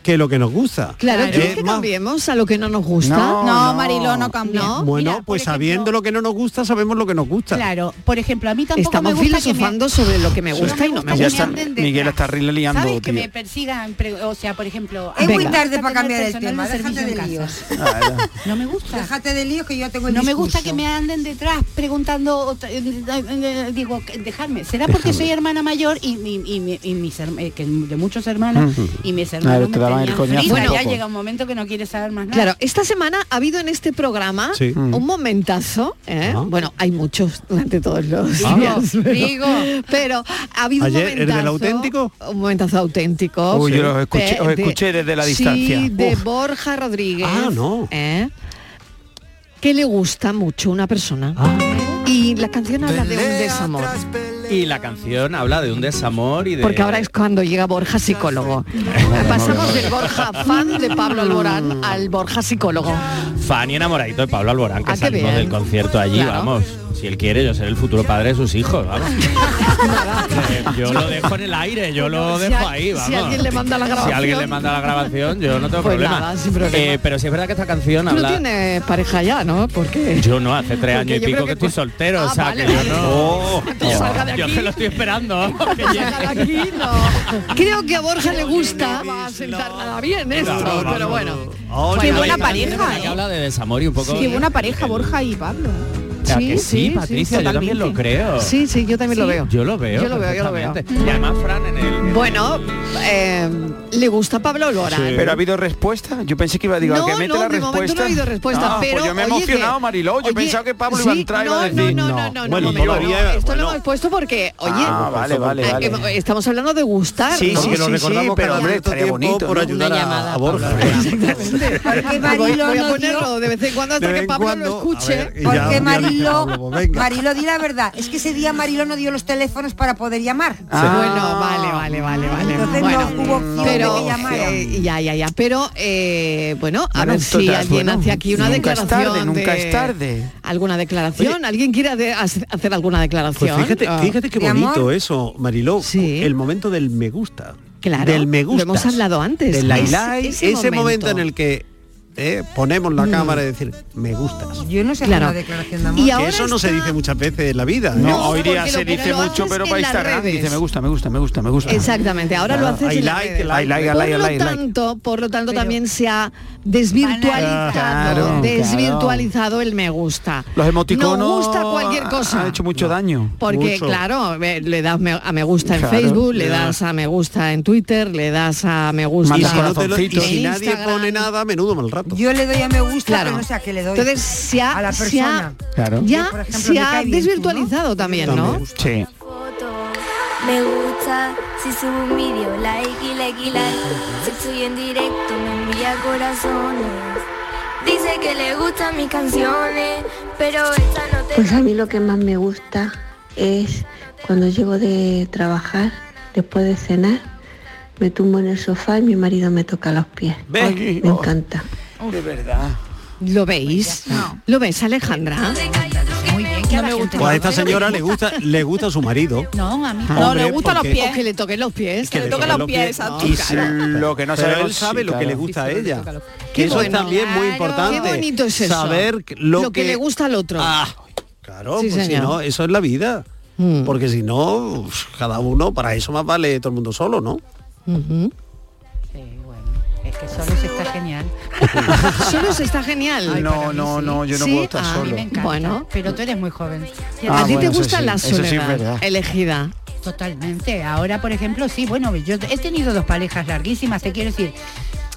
que lo que nos gusta.
Claro,
Que
¿quieres
Mm. es
que
más-
cambiemos a lo que no nos gusta?
No,
Marilón,
no. Marilo, no cambia.
Bueno, pues sabiendo lo que no nos gusta, sabemos lo que nos gusta.
Claro, por ejemplo, a mí tampoco
Estamos
me gusta que me,
filosofando sobre lo que me
Sí.
gusta y no me
Ya
gusta.
está,
anden detrás.
Miguel está rile- liando
¿sabes? que
tío.
me persigan, pre- o sea, por ejemplo, Es
muy
me gusta
tarde
tener
para cambiar el
personal
tema,
servicio
déjate de
en
líos.
casa.
Ah, ya.
No me gusta.
Déjate de líos que yo tengo el
No me gusta que
discurso.
me anden detrás preguntando, o- eh, eh, eh, digo, que- dejarme. ¿Será porque soy hermana mayor y, y, y mi- y mis herma- eh, que de muchos hermanos
Ujú.
y mis
A
hermanos
ver, te daban el
me tenían
coñazo
frita?
un
ya
poco.
llega un momento que no quieres saber más nada.
Claro, esta semana ha habido en este programa
Sí.
Mm.
un momentazo, ¿eh? bueno, hay muchos durante todos los
Digo,
días, pero,
digo.
pero ha habido
Ayer,
un
¿el
momentazo,
del auténtico?
un momentazo auténtico.
Uy, yo los escuché- os escuché desde la distancia.
Sí, de
Uf.
Borja Rodríguez.
Ah, no.
¿eh? Que le gusta mucho una persona.
Ah.
Y la canción habla de un desamor.
Y la canción habla de un desamor y de...
Porque ahora es cuando llega Borja psicólogo. Pasamos del Borja fan de Pablo Alborán
Mm.
al Borja psicólogo.
Fan y enamoradito de Pablo Alborán,
que Ah, qué
salimos
bien.
del concierto allí,
Claro.
vamos. Si él quiere, yo seré el futuro padre de sus hijos, vamos. Eh, yo lo dejo en el aire, yo lo
Si
dejo
al-
ahí, vamos.
Si alguien le manda la grabación.
Si alguien le manda la grabación, yo no tengo
Pues
problema.
nada, sin problema.
Eh, pero sí es verdad que esta canción
Tú no
habla...
tienes pareja ya, ¿no? Porque
Yo no, hace tres
Porque
años
yo
y pico
creo
que,
que Ah,
estoy soltero, o sea, que yo no... yo, yo que lo estoy esperando. que llegue.
creo que a Borja le gusta no va a sentar nada bien esto,
No, no,
pero
no.
bueno.
Oh,
Qué
no,
buena
hay una canción
pareja,
que
¿eh?
habla de desamor y un poco...
Sí,
de-
buena
pareja, Borja y uh, Pablo.
¿A que sí, Patricia? Yo también lo
totalmente.
creo.
Sí, sí, yo también lo
Sí,
veo.
Yo lo veo.
Yo lo veo, yo lo veo.
perfectamente. Y además, Fran, en el...
Bueno, eh, le gusta Pablo Lora.
Pero
Pero ha habido respuesta. Yo pensé que iba a decir, al
No,
que mete
no,
la
de
respuesta.
momento no ha habido respuesta,
Ah, pues
pero,
yo me he
oye,
emocionado,
que-
Mariló. Yo
oye,
pensaba que Pablo
sí,
iba a entrar y iba a
no,
decir.
no, no, no, no,
Bueno,
no, no,
podría-
no, esto lo hemos puesto porque, oye,
Ah, vale, vale,
eh,
vale.
eh, estamos hablando de gustar.
Sí,
¿no?
sí, que lo recordamos
pero
cada
hombre,
cierto
estaría
tiempo
bonito
por
¿no?
ayudar
Una
a-
llamada
a Borja.
Pablo Alborán.
Porque
Voy,
Mariló
voy a
no dio-
ponerlo de vez en cuando hasta
De vez
que
en
Pablo
eh,
cuando,
lo escuche.
a ver, y ya- ya
Porque
dije,
Mariló,
Pablo, pues venga.
Mariló, di la verdad, es que ese día Mariló no dio los teléfonos para poder llamar.
Bueno, vale, vale, vale, vale.
Ah. Entonces no
bueno,
hubo opción de
pero
que llamara.
eh, ya, ya, ya. Pero eh, bueno, a
Bueno,
ver si
entonces,
alguien
bueno,
hace aquí una
nunca es
declaración.
tarde, nunca
de-
es tarde.
¿Alguna declaración? ¿Alguien quiere de- hace- hacer alguna
Pues
declaración?
fíjate,
Ah.
fíjate qué
¿De
bonito
amor?
eso, Mariló. El momento del me gusta.
Claro,
Del me
lo
gusta.
hemos hablado antes.
Del lai
Es-
lai,
ese
ese momento
momento. Mm.
en el que ¿eh? ponemos la cámara y decir, me gustas.
Yo no sé
Claro.
hacer una declaración de amor.
Y eso no se dice muchas veces en la vida.
No,
¿eh?
hoy día se dice mucho, pero para Instagram dice me gusta, me gusta, me gusta, me gusta.
Exactamente, ahora lo haces
I
en las
like,
redes.
I like, I like, I
por lo
like, I like.
tanto, por lo tanto también se ha desvirtualizado,
Claro,
desvirtualizado el me gusta.
Los emoticonos ah,
Nos gusta cualquier cosa.
Ha hecho mucho daño.
Porque
Mucho.
claro, eh, le das me- a me gusta en
Claro,
Facebook, le
le
das a me gusta en Twitter, le das a me gusta
Y
en
si, no te lo- y si
Instagram.
nadie pone nada, a menudo mal rato.
Yo le doy a me gusta,
Claro.
pero no sé a qué le doy.
Entonces se ha,
a la
se
persona.
ha-
Claro.
ya
Yo, por ejemplo,
se
me
ha
cae bien,
desvirtualizado también, ¿no?
Sí.
Me gusta si subo un vídeo, like y like y like. Si estoy en directo, me envía corazones. Dice que le gustan mis canciones, pero esta no te
Pues a mí lo que más me gusta es cuando llego de trabajar, después de cenar, me tumbo en el sofá y mi marido me toca los pies. Ay, me encanta.
De verdad.
¿Lo veis? ¿Lo ves, Alejandra?
Muy bien, que a la gente
Pues a
le
esta
gusta.
señora le gusta, le gusta su marido.
No, a mí
No, Hombre, le gustan los porque- pies.
O que le toquen los pies.
Que le toquen los pies,
exacto,
y
claro.
si-
Lo que no
pero
sabemos,
él sabe
sí,
lo que
claro.
le gusta a ella.
Qué
Que eso es
bueno.
también muy importante.
Qué bonito es eso.
Saber lo, Ah,
que... le gusta al otro.
Claro,
Sí,
pues si
señor.
no, eso es la vida. Porque si no, uf, cada uno, para eso más vale todo el mundo solo, ¿no?
Ujú.
Es que solo se está genial.
Solo se está genial.
Ay,
No, no, no, yo no
¿Sí?
puedo estar
Ah,
solo.
me encanta. Bueno,
Pero tú eres muy joven.
Ah,
a ti
bueno,
te
eso
gusta
sí,
la
eso sí es
soledad
verdad.
elegida.
Totalmente. Ahora, por ejemplo, sí, bueno, yo he tenido dos parejas larguísimas, te quiero decir.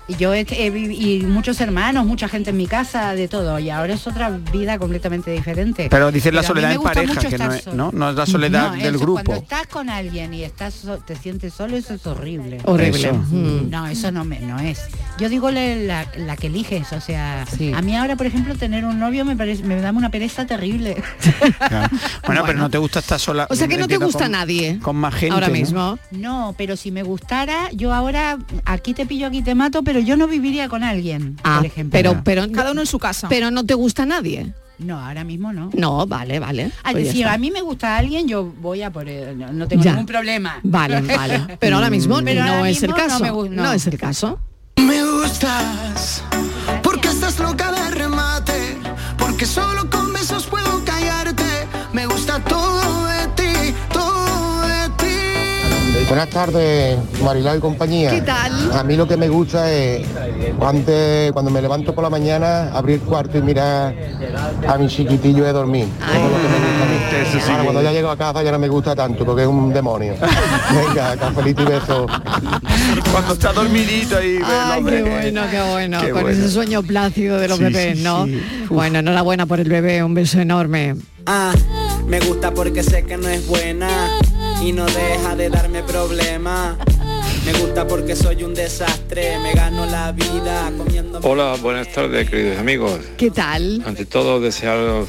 Y Yo he, he vi- y muchos hermanos, mucha gente en mi casa, de todo. Y ahora es otra vida completamente diferente.
Pero dices la
a mí
soledad
me
en
gusta
pareja,
mucho
que no
estar
es,
sola.
¿no? No es la soledad
No,
del
eso,
grupo.
Cuando estás con alguien y estás so- te sientes solo, eso es horrible.
Horrible. Eso. Mm.
No, eso no me no es. Yo digo la, la- la que eliges, o sea, a mí ahora, por ejemplo, tener un novio me parece me da una pereza terrible.
Claro. Bueno, pero no te gusta estar sola.
O sea, que no te
entiendo,
gusta
con-
nadie.
Con más gente. ¿no?
No, pero si me gustara, yo ahora aquí te pillo, aquí te mato, pero yo no viviría con alguien,
Ah,
por ejemplo.
pero, pero cada uno en su casa. Pero no te gusta nadie.
No, ahora mismo no.
No, vale, vale.
Ah,
Pues ya
si
está.
a mí me gusta alguien, yo voy a por él, no, no tengo
Ya.
ningún problema.
Vale, vale. Pero ahora mismo
Pero
no
ahora
es el
mismo no
caso.
me gu- no.
no es el caso.
Me gustas porque estás loca de remate, porque solo con besos puedo callarte. Me gusta todo de ti, todo de ti.
Buenas tardes, Marilá y compañía. ¿Qué tal? A mí lo que me gusta es, antes, cuando me levanto por la mañana, abrir el cuarto y mirar a mi chiquitillo de dormir. Eso es lo que me gusta a mí. Ahora, cuando ya llego a casa ya no me gusta tanto porque es un demonio. Venga, cafelito y besos.
Cuando está dormidito ahí.
Ay, qué bueno, qué bueno.
Qué
Con
bueno.
ese sueño plácido de los
Sí,
bebés,
sí,
¿no?
sí.
Bueno, enhorabuena por el bebé, un beso enorme.
Ah, me gusta porque sé que no es buena y no deja de darme problemas. Me gusta porque soy un desastre, me gano la vida comiendo.
Hola, buenas tardes queridos amigos.
¿Qué tal?
Ante todo desearos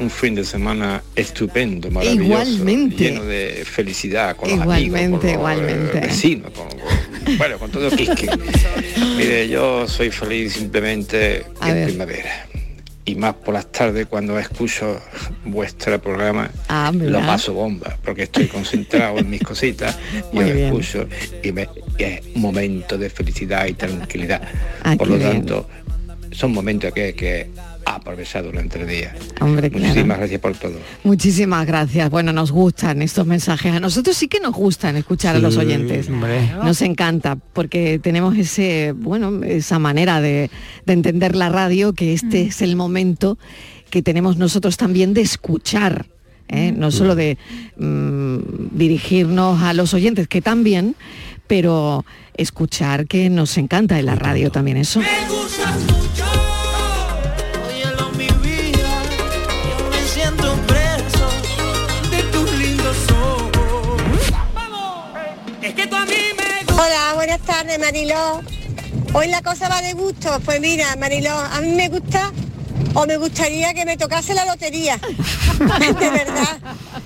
un fin de semana estupendo, maravilloso,
Igualmente.
lleno de felicidad con
Igualmente,
los amigos, con los, eh,
igualmente.
vecinos, con, con- bueno, con todo Quisque. Mire, yo soy feliz simplemente
A
en
ver.
primavera y más por las tardes cuando escucho vuestro programa.
Ah,
Lo
mira.
paso bomba, porque estoy concentrado en mis cositas y
Muy
os
bien.
escucho y, me, y es un momento de felicidad y tranquilidad.
Ah,
Por
qué
lo
bien.
tanto, son momentos que hay que aprovechar durante el día.
Hombre, claro.
Muchísimas gracias por todo.
Muchísimas gracias. Bueno, nos gustan estos mensajes. A nosotros sí que nos gustan escuchar a los
Sí,
oyentes.
hombre.
Nos encanta porque tenemos ese, bueno, esa manera de, de entender la radio, que este es el momento que tenemos nosotros también de escuchar. ¿eh? No solo de mm, dirigirnos a los oyentes, que también, pero escuchar que nos encanta en la radio también eso.
Me gustas mucho, óyelo mi vida, yo me siento preso de tus lindos ojos. Es que tú a mí me
Hola, buenas tardes, Mariló. Hoy la cosa va de gusto. Pues mira, Mariló, a mí me gusta o me gustaría que me tocase la lotería. de verdad.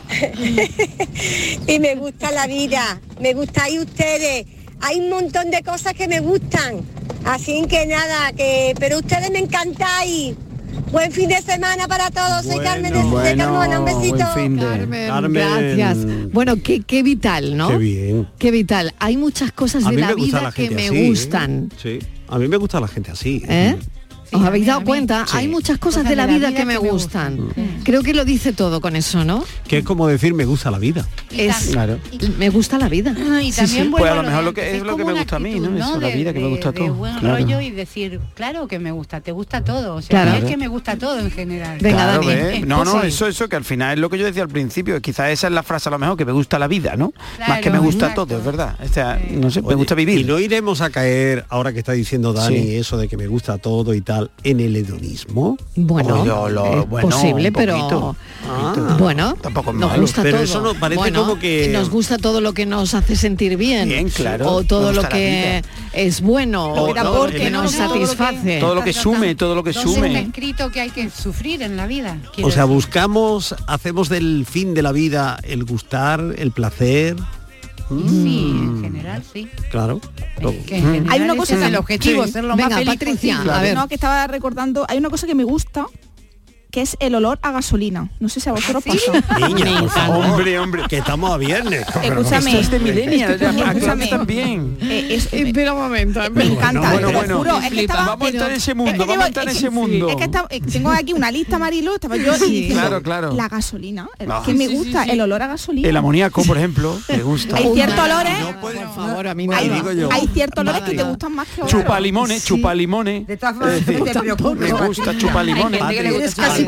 y me gusta la vida, me gustáis ustedes. Hay un montón de cosas que me gustan. Así que nada, que pero ustedes me encantáis. Buen fin de semana para todos. Soy Carmen de, de Carmona. Un besito.
Carmen, gracias. Bueno, qué, qué vital, ¿no?
Qué bien.
Qué vital. Hay muchas cosas
A
de
mí
la
me gusta
vida
la
que
gente
me
así, ¿eh?
gustan.
Sí. A mí me gusta la gente así.
¿eh? ¿Os habéis dado cuenta? Hay muchas cosas, de la vida, que me gustan. Creo que lo dice todo con eso, ¿no?
Que es como decir me gusta la vida.
Es,
Claro.
me gusta la vida.
y
Sí, también sí. vuelvo
Pues a
a
lo
lo
mejor
de
lo que
antes,
es lo que
como
me
una
gusta a mí,
actitud,
¿no? Eso,
¿no?
la
de-
vida que me gusta a
de
todos.
buen
Claro.
rollo y decir, claro que me gusta, te gusta todo, o sea,
Claro.
es que me gusta todo en general.
Claro, ¿ves? No, no,
Sí.
eso, eso, que al final es lo que yo decía al principio, quizás esa es la frase a lo mejor, que me gusta la vida, ¿no? Más que me
Claro,
gusta
exacto.
todo, es verdad. O sea, no sé, me gusta
Y
vivir.
no iremos a caer, ahora que está diciendo Dani,
Sí.
eso de que me gusta todo y tal, en el hedonismo.
Bueno,
Oye, lo-
es
bueno,
posible,
un
pero
poquito.
bueno,
tampoco
nos gusta
pero
todo.
eso no parece
Bueno,
como que
nos gusta todo lo que nos hace sentir bien,
Bien, claro.
o todo
Nos
lo
gusta la
que es bueno,
Lo
o
que te
todo lo
aporte,
que
¿no?
nos
Todo lo que-
satisface.
todo lo que sume, todo lo que
Entonces está
sume.
escrito que hay que sufrir en la vida.
O
quiero
sea,
decir.
buscamos, hacemos del fin de la vida el gustar, el placer. Mm,
Sí,
Mm.
en general sí.
Claro. Lo- Mm.
que en general
Hay una
ese
cosa
es el objetivo,
sí.
ser lo más
Venga,
feliz
Patricia,
posible.
a ver. No,
que
que estaba recordando, hay una cosa que me gusta que es el olor a gasolina. No sé si a vosotros pasa.
Niña, por
encanta.
favor. hombre, hombre, que estamos a viernes.
Escúchame.
Esto es de millennial,
Escúchame,
acá
escúchame.
también.
Eh, es-
Espera un momento.
Me encanta,
bueno,
te lo
bueno.
juro, es que
Flipa.
estaba-
Vamos a entrar en ese
es
mundo,
que
vamos a
llevo-
entrar en
es-
ese mundo.
Es que estaba- eh, tengo aquí una lista, Marilo, estaba yo
Sí.
y diciendo,
Claro, claro.
La gasolina, es
No.
que me
Sí, sí,
gusta
sí, sí.
el olor a gasolina.
El amoníaco, por ejemplo, me gusta.
Hay ciertos olores,
por favor, a mí
Ahí
hay,
digo yo.
hay ciertos olores que te gustan más que otros.
Chupa limones, chupa limones.
De todas formas,
Es decir,
no te preocupes.
me gusta chupa limones.
Hay gente que le gusta
Patri-
chupar limones,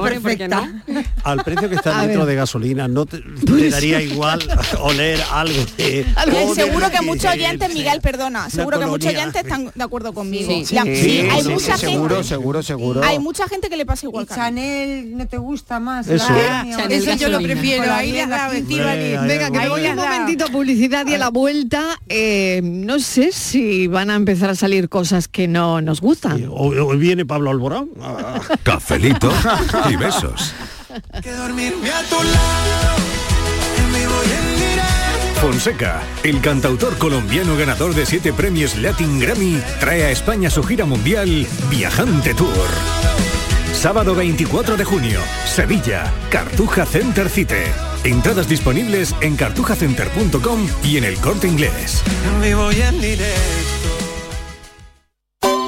Al precio que está
A
dentro
ver.
de gasolina, no te, te
Pues-
daría igual oler algo de-
Eh,
joder,
seguro que muchos
eh,
oyentes, Miguel, perdona, seguro que muchos
colonia.
oyentes están de acuerdo conmigo.
Sí,
La-
sí,
hay
sí,
mucha gente
seguro, seguro, seguro.
Hay mucha gente que le pasa igual. Chanel no te gusta más.
Eso. Ah,
Chanel Eso yo lo gasolina. prefiero, ahí le has dado el tiro al- Hombre,
Eh,
ahí
Venga, que me
ahí
voy
le
un
has dado.
momentito a publicidad y a la vuelta eh, no sé si van a empezar a salir cosas que no nos gustan.
Hoy hoy viene Pablo Alborán. Ah.
Cafelito y besos.
Que dormirme a tu lado, en vivo y en directo.
Fonseca, el cantautor colombiano ganador de siete premios Latin Grammy, trae a España su gira mundial Viajante Tour. Sábado 24 de junio, Sevilla, Cartuja Center Cite. Entradas disponibles en cartujacenter.com y en el corte inglés.
En vivo y en directo.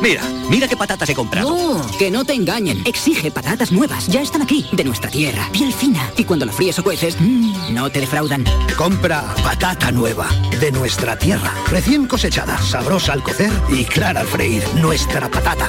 Mira, mira qué patatas he comprado. No, que no te engañen. Exige patatas nuevas. Ya están aquí, de nuestra tierra, piel fina. Y cuando las fríes o cueces, mmm, no te defraudan.
Compra patata nueva de nuestra tierra, recién cosechada, sabrosa al cocer y clara al freír. Nuestra patata.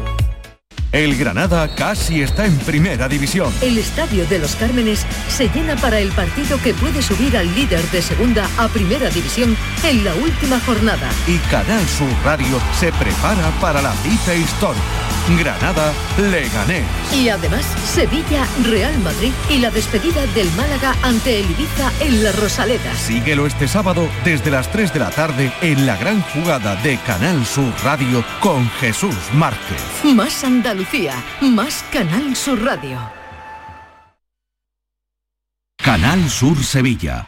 El Granada casi está en primera división.
El estadio de los Cármenes se llena para el partido que puede subir al líder de segunda a primera división en la última jornada.
y Canal Sur Radio se prepara para la cita histórica. Granada Leganés.
Y además, Sevilla, Real Madrid y la despedida del Málaga ante el Ibiza en la Rosaleda.
Síguelo este sábado desde las 3 de la tarde en la gran jugada de Canal Sur Radio con Jesús Márquez.
Más Andalucía, más Canal Sur Radio.
Canal Sur Sevilla.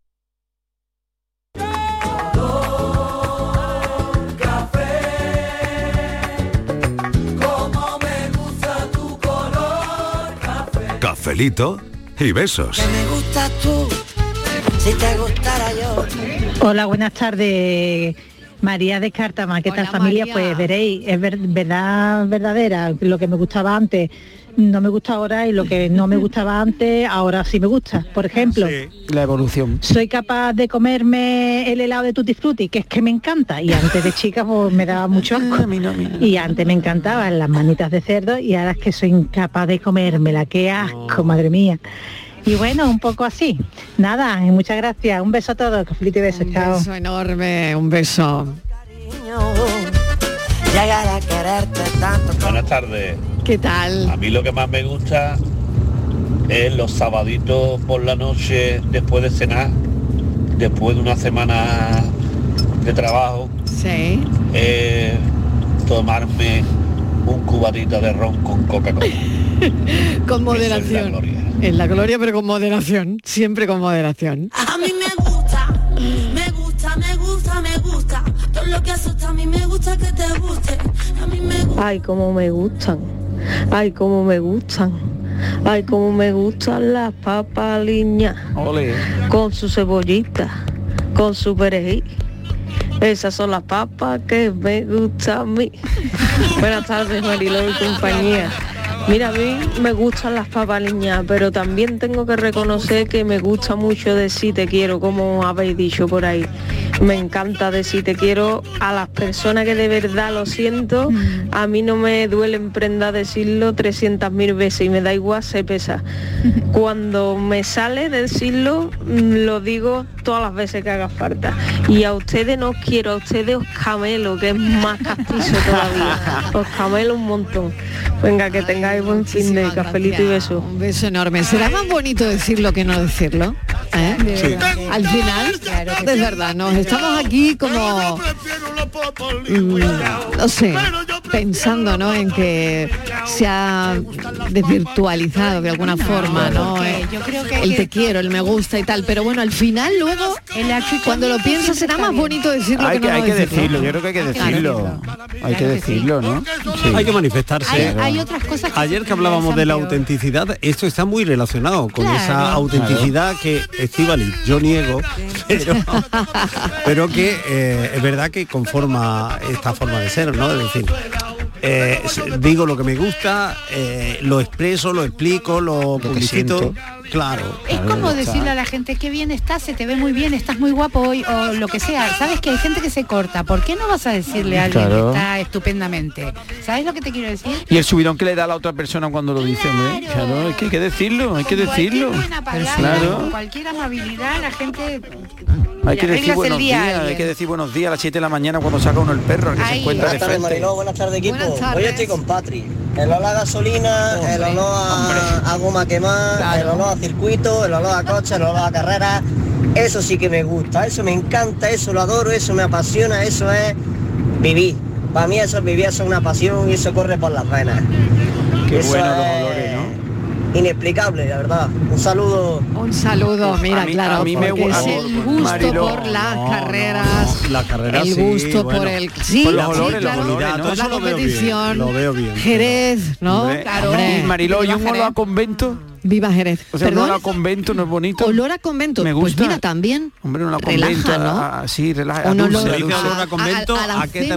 Como me gusta tu color café.
Cafelito y besos.
Me gusta tú, si te gustara yo.
Hola, buenas tardes. María de Cártama, ¿qué tal familia? Pues veréis, es ver- verdad verdadera, lo que me gustaba antes no me gusta ahora y lo que no me gustaba antes ahora sí me gusta. Por ejemplo,
La evolución.
soy capaz de comerme el helado de Tutti Frutti, que es que me encanta. Y antes de chica pues, me daba mucho asco. Y antes me encantaban las manitas de cerdo y ahora es que soy incapaz de comérmela. ¡Qué asco, madre mía! Y bueno, un poco así. Nada, y muchas gracias. Un beso a todos. Que y besos. Chao.
beso enorme, un beso.
Llegar a quererte tanto.
Buenas tardes.
¿Qué tal?
A mí lo que más me gusta es los sabaditos por la noche después de cenar, después de una semana de trabajo,
Sí.
eh, tomarme un cubatito de ron con Coca-Cola.
Con moderación. En la gloria, pero con moderación. Siempre con moderación.
A mí me gusta, me gusta, me gusta, me gusta. Todo lo que asusta a mí me gusta que te guste.
Ay, cómo me gustan. Ay, cómo me gustan. Ay, cómo me gustan las papas liñas.
Ole.
Con su cebollita, con su perejil. Esas son las papas que me gustan a mí. Buenas tardes, Mariló y compañía. Mira, a mí me gustan las papas liñas, pero también tengo que reconocer que me gusta mucho decir te quiero, como habéis dicho por ahí. Me encanta decir te quiero a las personas que de verdad lo siento. A mí no me duele en prenda decirlo 300.000 veces y me da igual, se pesa. Cuando me sale decirlo, mm, lo digo todas las veces que haga falta. Y a ustedes no os quiero, a ustedes os camelo, que es más castizo todavía. Os camelo un montón. Venga, que tengáis buen fin de cafelito y beso.
Un beso enorme. ¿Será más bonito decirlo que no decirlo? ¿Eh?
Sí.
Al
este
final, de verdad, nos estamos aquí como, mm, no sé, pensando ¿no? en que se ha desvirtualizado de alguna forma, ¿no? Eh,
Porque yo creo que hay
el
que-
te quiero, el me gusta y tal, pero bueno, al final luego, cuando lo piensas, será más bonito decirlo
Hay
que
que,
no
hay que
decirlo. Ah,
decirlo, yo creo que hay que
Claro.
decirlo. Hay que decirlo, ¿no?
Hay que manifestarse.
Hay- hay
otras cosas
Ayer que hablábamos de la autenticidad, esto está muy relacionado con esa autenticidad que Estivali, yo niego, pero, pero que eh, es verdad que conforma esta forma de ser, ¿no? Es decir, eh, s- digo lo que me gusta, eh, lo expreso, lo explico, lo, publicito.
siento.
Claro.
Es como decirle a la gente que bien estás, se te ve muy bien, estás muy guapo hoy o lo que sea. Sabes que hay gente que se corta. ¿Por qué no vas a decirle a alguien
Claro.
que está estupendamente? ¿Sabes lo que te quiero decir?
Y el subidón que le da a la otra persona cuando lo dice, hombre. Claro, es que hay que decirlo, hay que decirlo.
Una palabra,
Claro.
cualquier amabilidad, la gente
Hay que decir
le arreglas el
buenos
día a
días, hay
alguien.
que decir buenos días a las 7 de la mañana cuando saca uno el perro, al que se encuentra de
Buenas tardes,
frente.
Mariló, buenas tardes, equipo.
Buenas tardes.
Hoy estoy con Patri. El olor a gasolina, el olor a, a goma quemada, el olor a circuito, el olor a coche, el olor a carrera. Eso sí que me gusta, eso me encanta, eso lo adoro, eso me apasiona, eso es vivir. Para mí eso es vivir, eso es una pasión y eso corre por las venas.
Qué
Eso
bueno los
es
olores, ¿no?
Inexplicable, la verdad. Un saludo.
Un saludo, Pues, mira,
A mí-
claro,
a mí me
porque
gusta-
es el gusto
Mariló,
por las carreras,
La carrera
el
sí,
gusto por
bueno.
el sí,
Por los
sí,
olores, los
claro,
olores,
por
¿no? Eso lo
la
veo bien,
competición,
lo veo bien.
Jerez, ¿no?
Hombre, hombre, Y Mariló, ¿y un olor a convento?
Viva Jerez.
O sea, un
Perdón.
olor a convento no es bonito.
Olor a convento.
Me gusta. Ah,
Pues mira, también.
Hombre, un olor a
Relaja,
convento.
¿no?
a- a- sí, relaja.
Un
a
olor
dulce,
a-
dulce.
a- a- a la cena,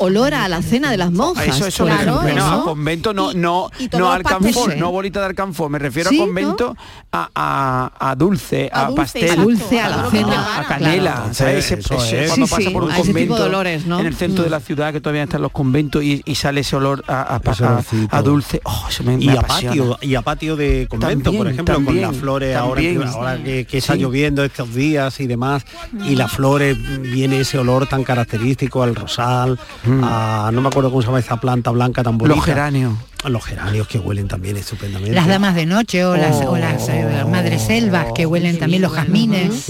Olor a la cena de las monjas.
Ah, Eso, eso,
claro,
me refiero a
eso.
convento, no, no,
y todos
no
los
alcanfor,
pasteles.
no bolita de alcanfor, me refiero
Sí,
a
¿no?
convento a, a, a dulce, a,
A dulce,
pastel,
a dulce, a la
a-
cena,
a canela,
claro.
¿sabes? Ese-
Eso
ese-
es.
cuando
Sí,
pasa
sí,
por un
a ese tipo de
convento
olores, ¿no? Mm.
en el centro de la ciudad que todavía están los conventos y, y sale ese olor a, a, pa- a- a dulce, oh, eso me,
y
me
a
apasiona.
patio y a patio de convento
También,
por ejemplo
también,
con las flores ahora que-
también.
ahora, que, que está
Sí.
lloviendo estos días y demás y las flores mm, viene ese olor tan característico al rosal a- no me acuerdo cómo se llama esa planta blanca tan bonita
Mm. Los geranios.
los geranios que huelen también estupendamente
Las damas de noche o las, o
Oh.
las eh, madres selvas que huelen también los jazmines.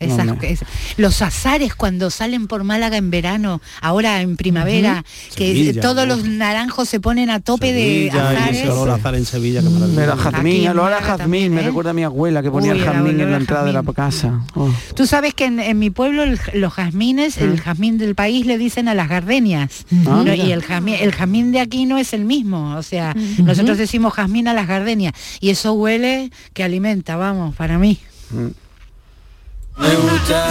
Esas- es- los azares cuando salen por Málaga en verano, ahora en primavera,
Ujú.
que
Sevilla,
todos los naranjos se ponen a tope
Sevilla,
de
y
azares.
ese olor a azar en Sevilla que
Me
maravilla.
da jazmín, el olor Mm, a jazmín,
¿eh?
me recuerda a mi abuela que ponía
Uy,
el
el
jazmín
olor
en la
a
entrada de la casa. Oh.
Tú sabes que en, en mi pueblo el- los jazmines, el jazmín del país le dicen a las gardenias.
Mm. Ah,
No,
mira.
y el jazmín, el jazmín de aquí no es el mismo. O sea, nosotros decimos jazmín a las gardenias. Y eso huele que alimenta, vamos, para mí.
Me gusta.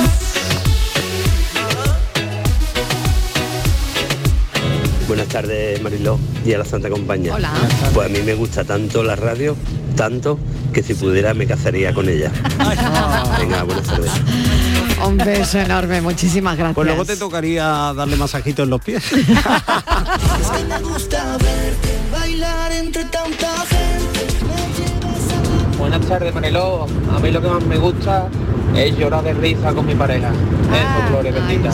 Buenas tardes, Mariló y a la Santa Compañía.
Hola.
Pues a mí me gusta tanto la radio, tanto que si pudiera me casaría con ella. Venga, buenas tardes.
Un beso enorme, muchísimas gracias.
pues luego te tocaría darle masajito en los pies
Bailar entre tanta gente.
Buenas tardes, Mariló. A mí lo que más me gusta es llorar de risa con mi pareja. Eso, Gloria bendita.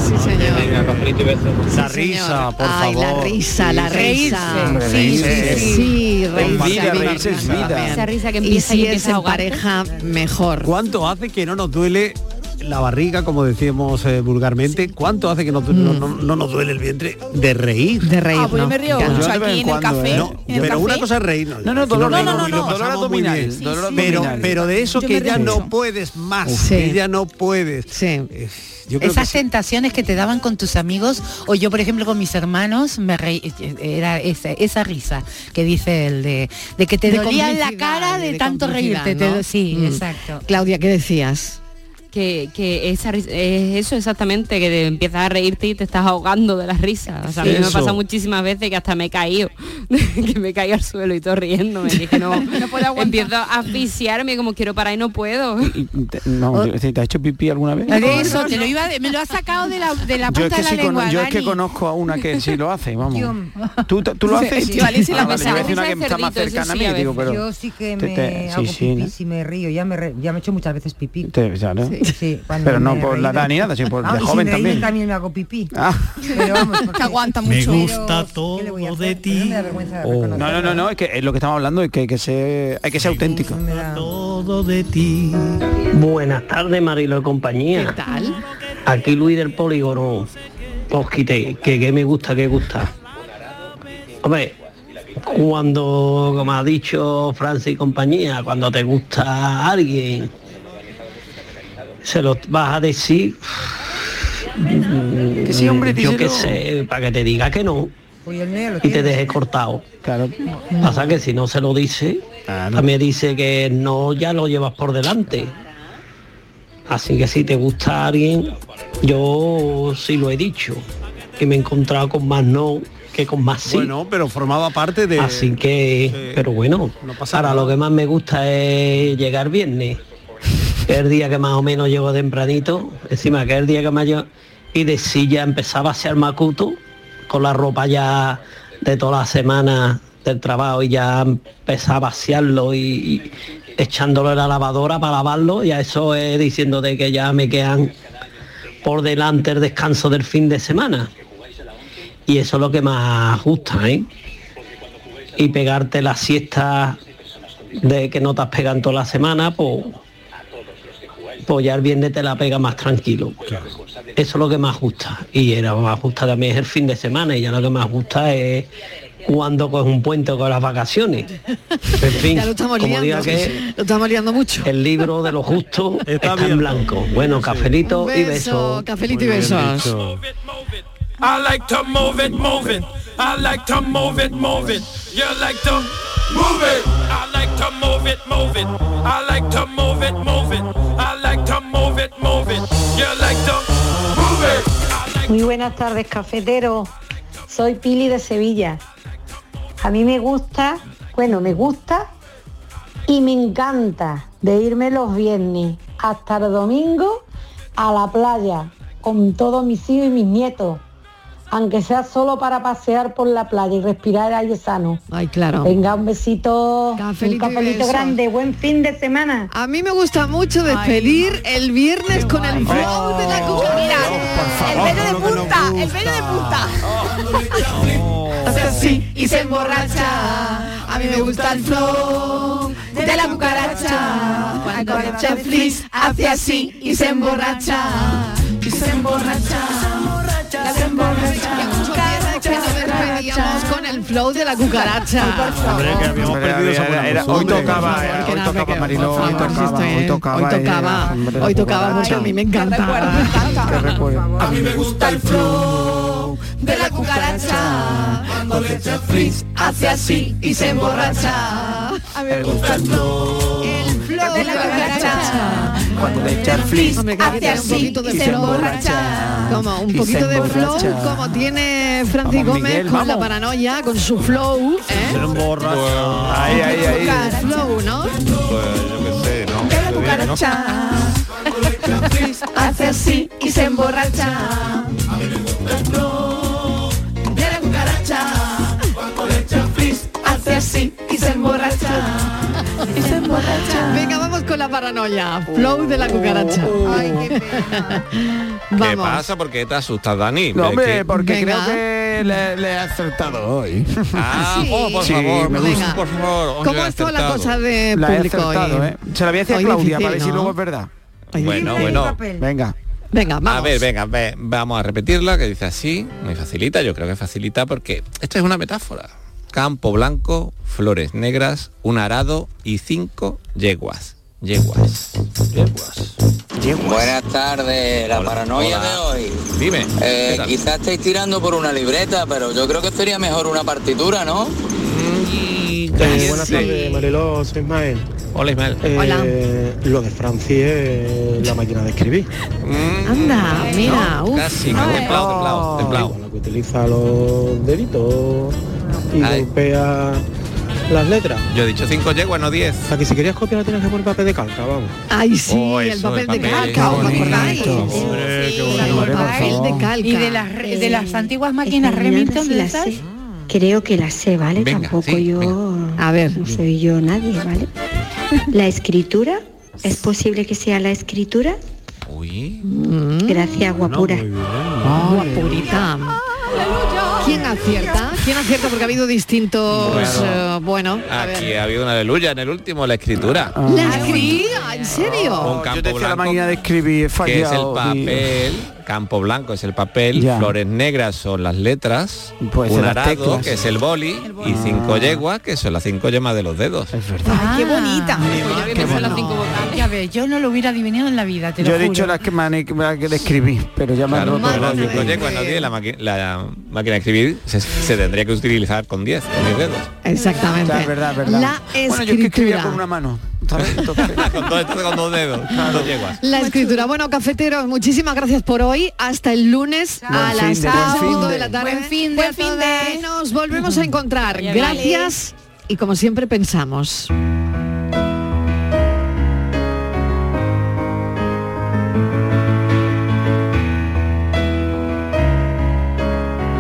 Venga, cafelito y besos.
La risa, por
Ay, la
favor.
risa, la
Reírse.
risa.
Hombre,
Sí,
reírse.
sí, sí, reírse.
Vida,
a mí me
reírse es
encanta
vida.
también.
Esa risa que
y
empieza y
si es
empieza a
en
ahogarte.
pareja, mejor.
¿Cuánto hace que no nos duele la barriga, como decíamos eh, vulgarmente? ¿Cuánto hace que nos du- no, no- no nos duele el vientre de reír?
De reír.
Ah, pues yo me río mucho aquí en el café. en el
¿eh? pero
café.
una cosa es reírnos.
No, no, dolor no, no, no, no.
Dolor abdominal, dolor
pero,
abdominal.
pero de eso
Yo
que
me
ya
río
no
mucho.
puedes más,
Uf.
que
Sí.
ya no puedes. Eh, yo creo
Esas
que sí.
tentaciones que te daban con tus amigos, o yo por ejemplo con mis hermanos, me reí- era esa, esa risa que dice el de, de que te
De
dolía en la
complicidad,
cara de,
de
tanto
complicidad,
reírte. te
¿no?
do- sí,
Mm.
exacto.
Claudia, ¿qué decías?
que, que esa ris- es eso exactamente, que te empiezas a reírte y te estás ahogando de la risa. O sea, a mí me
Eso.
pasa muchísimas veces que hasta me he caído, que me caí al suelo y todo riéndome. Dije, no, empiezo a asfixiarme como quiero parar y no puedo.
Te- No, yo- ¿te has hecho pipí alguna vez?
eso, te lo iba
me lo ha sacado de la, de la
yo es,
punta
que
de la
sí cono-
lengua,
yo es que
Dani.
conozco a una que sí lo hace, vamos.
Yo-
¿Tú, t- tú lo
Sí,
haces?
yo, Alicia, la
Ah, vale,
pasada.
yo decía una
Esa
que
es
está más
cerdito,
cercana
eso
a
sí,
mí,
a
digo,
veces.
pero...
Yo sí que
te-
me
te-
hago
sí, sí,
pipí,
¿no?
si me río, ya me, re- ya me he hecho muchas veces pipí.
Te- ya, ¿no?
Sí, cuando
Pero
me
no
he
por la
reído.
edad ni nada, sino por
Ah,
de
y si
joven
me he reído,
también.
también me hago pipí.
Ah.
Pero vamos, porque
aguanta
mucho.
Pero,
gusta
¿qué le voy a hacer? Pero no me da vergüenza de
No, no, no, no, es que es lo que estamos hablando, es que hay que ser, hay que ser auténtico.
Todo de ti. Buenas tardes, Marilo y compañía. ¿Qué
tal?
Aquí Luis del Polígono. Os quité, que, que me gusta, que gusta. Hombre, cuando, como ha dicho Francis y compañía, cuando te gusta a alguien, se lo vas a decir.
Que sí, hombre,
Mm, yo qué
díselo.
sé, para que te diga que no
Uy, el negro
y te
tiene.
deje cortado. Claro. Pasa que si no se lo dice,
Ah,
también dice que no ya lo llevas por delante. Así que si te gusta alguien, yo sí lo he dicho, que me he encontrado con más no que con más sí.
Bueno, pero formaba parte de...
Así que, pero bueno, ahora lo que más me gusta es llegar viernes, que es el día que más o menos llego tempranito, encima que es el día que más yo, y de sí ya empezaba a ser macuto, con la ropa ya de todas las semanas del trabajo y ya empezaba a vaciarlo y, y echándolo en la lavadora para lavarlo, y a eso es diciéndote que ya me quedan por delante el descanso del fin de semana. Y eso es lo que más gusta, ¿eh? y pegarte las siestas de que no te has pegado en toda la semana, pues, pues ya el viernes te la pega más tranquilo. Eso es lo que más gusta. Y era más gusta también es el fin de semana y ya lo que más gusta es cuando coges un puente o con las vacaciones. En fin,
ya lo estamos
como
liando.
diga que
Lo estamos liando mucho.
el libro de lo justo está, en blanco. Bueno, cafelito
Un
y
beso,
besos.
cafelito y besos.
I like to move it, move it. I like to move it, move it. You like to move it. I like to to move it, move it. I like to move it, move it. I like to move it, move it. You like to move it.
Muy buenas tardes, cafetero. Soy Pili de Sevilla. A mí me gusta, bueno, me gusta y me encanta de irme los viernes hasta el domingo a la playa con todos mis hijos y mis nietos, aunque sea solo para pasear por la playa y respirar aire sano.
Ay, claro.
Venga, un besito,
Cafelito y
un cafelito
besos.
grande, buen fin de semana.
A mí me gusta mucho despedir el viernes con el flow de la cucaracha. el pelo de punta, el pelo de punta.
Hace así y se emborracha. A mí me gusta el flow de la cucaracha. Cuando Ah, el chef Flis hace así y se emborracha. Y se emborracha. Se emborracha.
Que nos despedíamos con el flow de la cucaracha.
Hombre, que habíamos perdido esa buena Hoy tocaba, eh, hoy tocaba Mariló, hoy tocaba, hoy tocaba. eh.
Hoy tocaba, hoy tocaba mucho, a mí me encanta.
A mí me gusta el flow de la cucaracha. Cuando el chef Flis hace así y se emborracha. A mí me gusta el flow.
flow de la cucaracha.
Cuando el chef Flis
Hombre, que hay que
hace así
tener un poquito de
y se
flow.
emborracha. Y
Como un
se
poquito de flow,
emborracha.
como tiene Francis
Vamos,
Gómez
Miguel,
con la
vamos.
paranoia, con su flow, ¿eh?
Ahí, ahí, ahí.
Busca el flow, ¿no?
Pues yo qué sé, ¿no? Yo diría que no.
Hace así y se emborracha. De la cucaracha. Cuando le echa frizz, hace así y se emborracha. Y se emborracha.
Venga, vamos con la paranoia. Flow de la cucaracha. Ay, qué pena.
¿Qué
Vamos.
pasa? ¿Por qué te asustas, Dani?
No,
Es
hombre,
que-
porque creo que le, le he acertado hoy.
Ah, oh, por favor, me gusta, por favor. Oye,
¿Cómo
he
está la
acertado.
cosa de
La he
público hoy?
acertado, ¿eh? Se la voy a decir a
Hoy
Claudia
difícil,
para ver si
¿no?
luego es verdad.
Bueno, bueno.
Venga.
Venga,
A ver, venga, ve- vamos a repetirla, que dice así, muy facilita, yo creo que facilita porque esto es una metáfora. Campo blanco, flores negras, un arado y cinco yeguas. Yeguas. Yeguas.
Buenas tardes, Eh, la paranoia
hola.
de hoy.
Dime.
Eh,
¿qué tal?
quizás estáis tirando por una libreta, pero yo creo que sería mejor una partitura, ¿no?
Mm,
buenas tardes, Mariló, soy Ismael.
Hola, Ismael.
Eh,
Lo de Franci es la máquina de escribir.
Anda, Ah, mira, uf.
Mm. Casi, templado, templado, templado.
La que utiliza los deditos y golpea las letras.
Yo he dicho cinco yeguas, no diez.
O sea, que si querías copiar tienes que poner papel de calca, vamos.
Ay, sí,
Oh,
el
eso,
papel
el
de
papel,
calca,
qué
¿os acordáis?
de
calca.
Y de las, re- de las antiguas máquinas Remington de esas.
Creo que la sé, ¿vale? Tampoco yo...
A ver.
No soy yo nadie, ¿vale? La escritura, ¿es posible que sea la escritura?
Mm.
Gracias, guapura.
Guapurita. ¿Quién acierta? ¿Quién acierta? Porque ha habido distintos... eh, Bueno, a ver. Ah.
Aquí ha habido una aleluya en el último, la escritura.
¿La escribía? ¿En serio?
Un campo
Yo decía la
blanco,
máquina de escribir, he
que es el
fallado, y-
papel, campo blanco es el papel,
Ya.
flores negras son las letras,
Pues
un
de las
arado
teclas. Ah.
que es el boli, y cinco yeguas que son las cinco yemas de los dedos.
Ay, qué bonita.
qué bueno.
Ya ves, yo no lo hubiera adivinado en la vida, te
Yo
lo
he dicho
juro.
las que, mane- la que le escribí, pero ya me
Claro,
han roto
pero
el
las
rollo.
cinco yeguas no tiene la, maqui- la máquina de escribir se, se tendría que utilizar con 10, con 10 dedos.
Exactamente.
Ya, es verdad, es verdad.
La
Bueno, yo es que escribía
escritura.
con una
mano.
con, dos, con dos dedos, dos yeguas.
La escritura. Bueno, cafeteros, muchísimas gracias por hoy. Hasta el lunes a
Buen
las
fin de,
3
buen
en punto
fin
de
de.
la tarde.
Buen
fin de, Nos volvemos a encontrar.
Vaya bien.
Gracias y como siempre pensamos.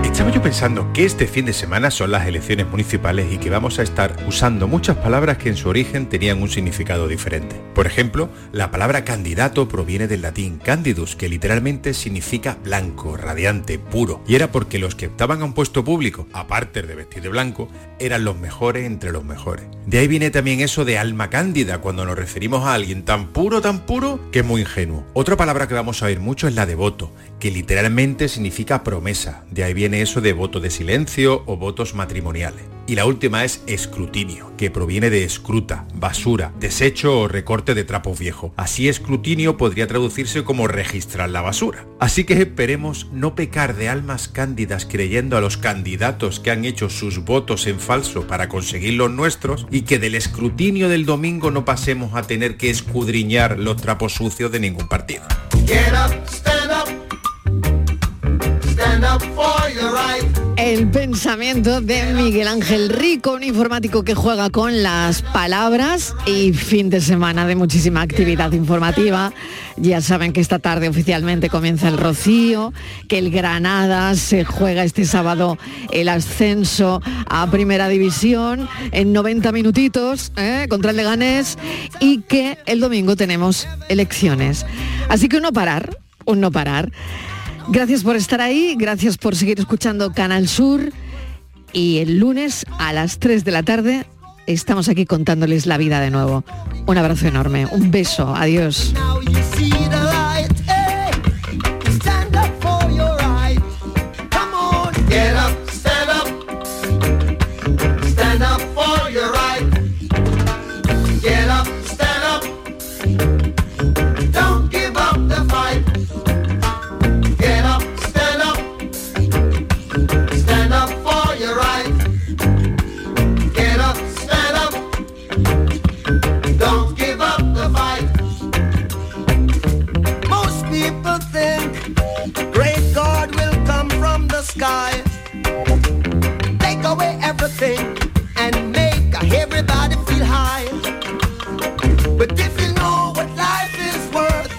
Estaba yo pensando que este fin de semana son las elecciones municipales y que vamos a estar usando muchas palabras que en su origen tenían un significado diferente. Por ejemplo, la palabra candidato proviene del latín candidus, que literalmente significa blanco, radiante, puro. Y era porque los que optaban a un puesto público, aparte de vestir de blanco, eran los mejores entre los mejores. De ahí viene también eso de alma cándida, cuando nos referimos a alguien tan puro, tan puro, que es muy ingenuo. Otra palabra que vamos a oír mucho es la devoto, que literalmente significa promesa. De ahí viene eso de de voto de silencio o votos matrimoniales. Y la última es escrutinio, que proviene de escruta, basura, desecho o recorte de trapos viejos. Así escrutinio podría traducirse como registrar la basura. Así que esperemos no pecar de almas cándidas creyendo a los candidatos que han hecho sus votos en falso para conseguir los nuestros y que del escrutinio del domingo no pasemos a tener que escudriñar los trapos sucios de ningún partido.
Get up, stand up. Stand up for your right.
El pensamiento de Miguel Ángel Rico, un informático que juega con las palabras y fin de semana de muchísima actividad informativa. Ya saben que esta tarde oficialmente comienza el Rocío, que el Granada se juega este sábado el ascenso a Primera División en 90 minutitos ¿eh? contra el Leganés y que el domingo tenemos elecciones. Así que un no parar, un no parar. Gracias por estar ahí, gracias por seguir escuchando Canal Sur y el lunes a las 3 de la tarde estamos aquí contándoles la vida de nuevo. Un abrazo enorme, un beso, adiós.
Now you see the light. Hey, stand up for your right. Come on, get up, stand up. Stand up for your right. Get up, stand up. Don't give up the fight. Get up, stand up. Stand up for your right. Get up, stand up. Don't give up the fight. Most people think great God will come from the sky, take away everything and make everybody feel high. But if you know what life is worth,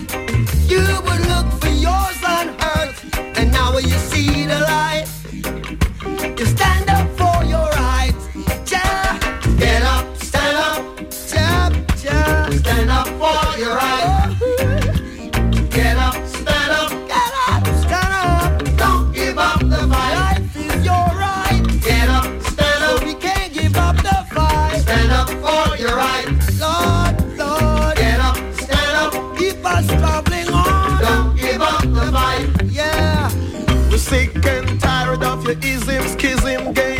you would look for yours on earth. And now you see the light. You stand up for your right. Yeah. Get up, stand up, yeah, yeah. Stand up for your right. Get up, stand up, get up, stand up. Don't give up the fight. Life is your right. Get up, stand up. We can't give up the fight. Stand up for your right. Lord, Lord. Get up, stand up. Keep us traveling on. Don't give up the fight. Yeah.
We're sick and tired of your ism, schism, game.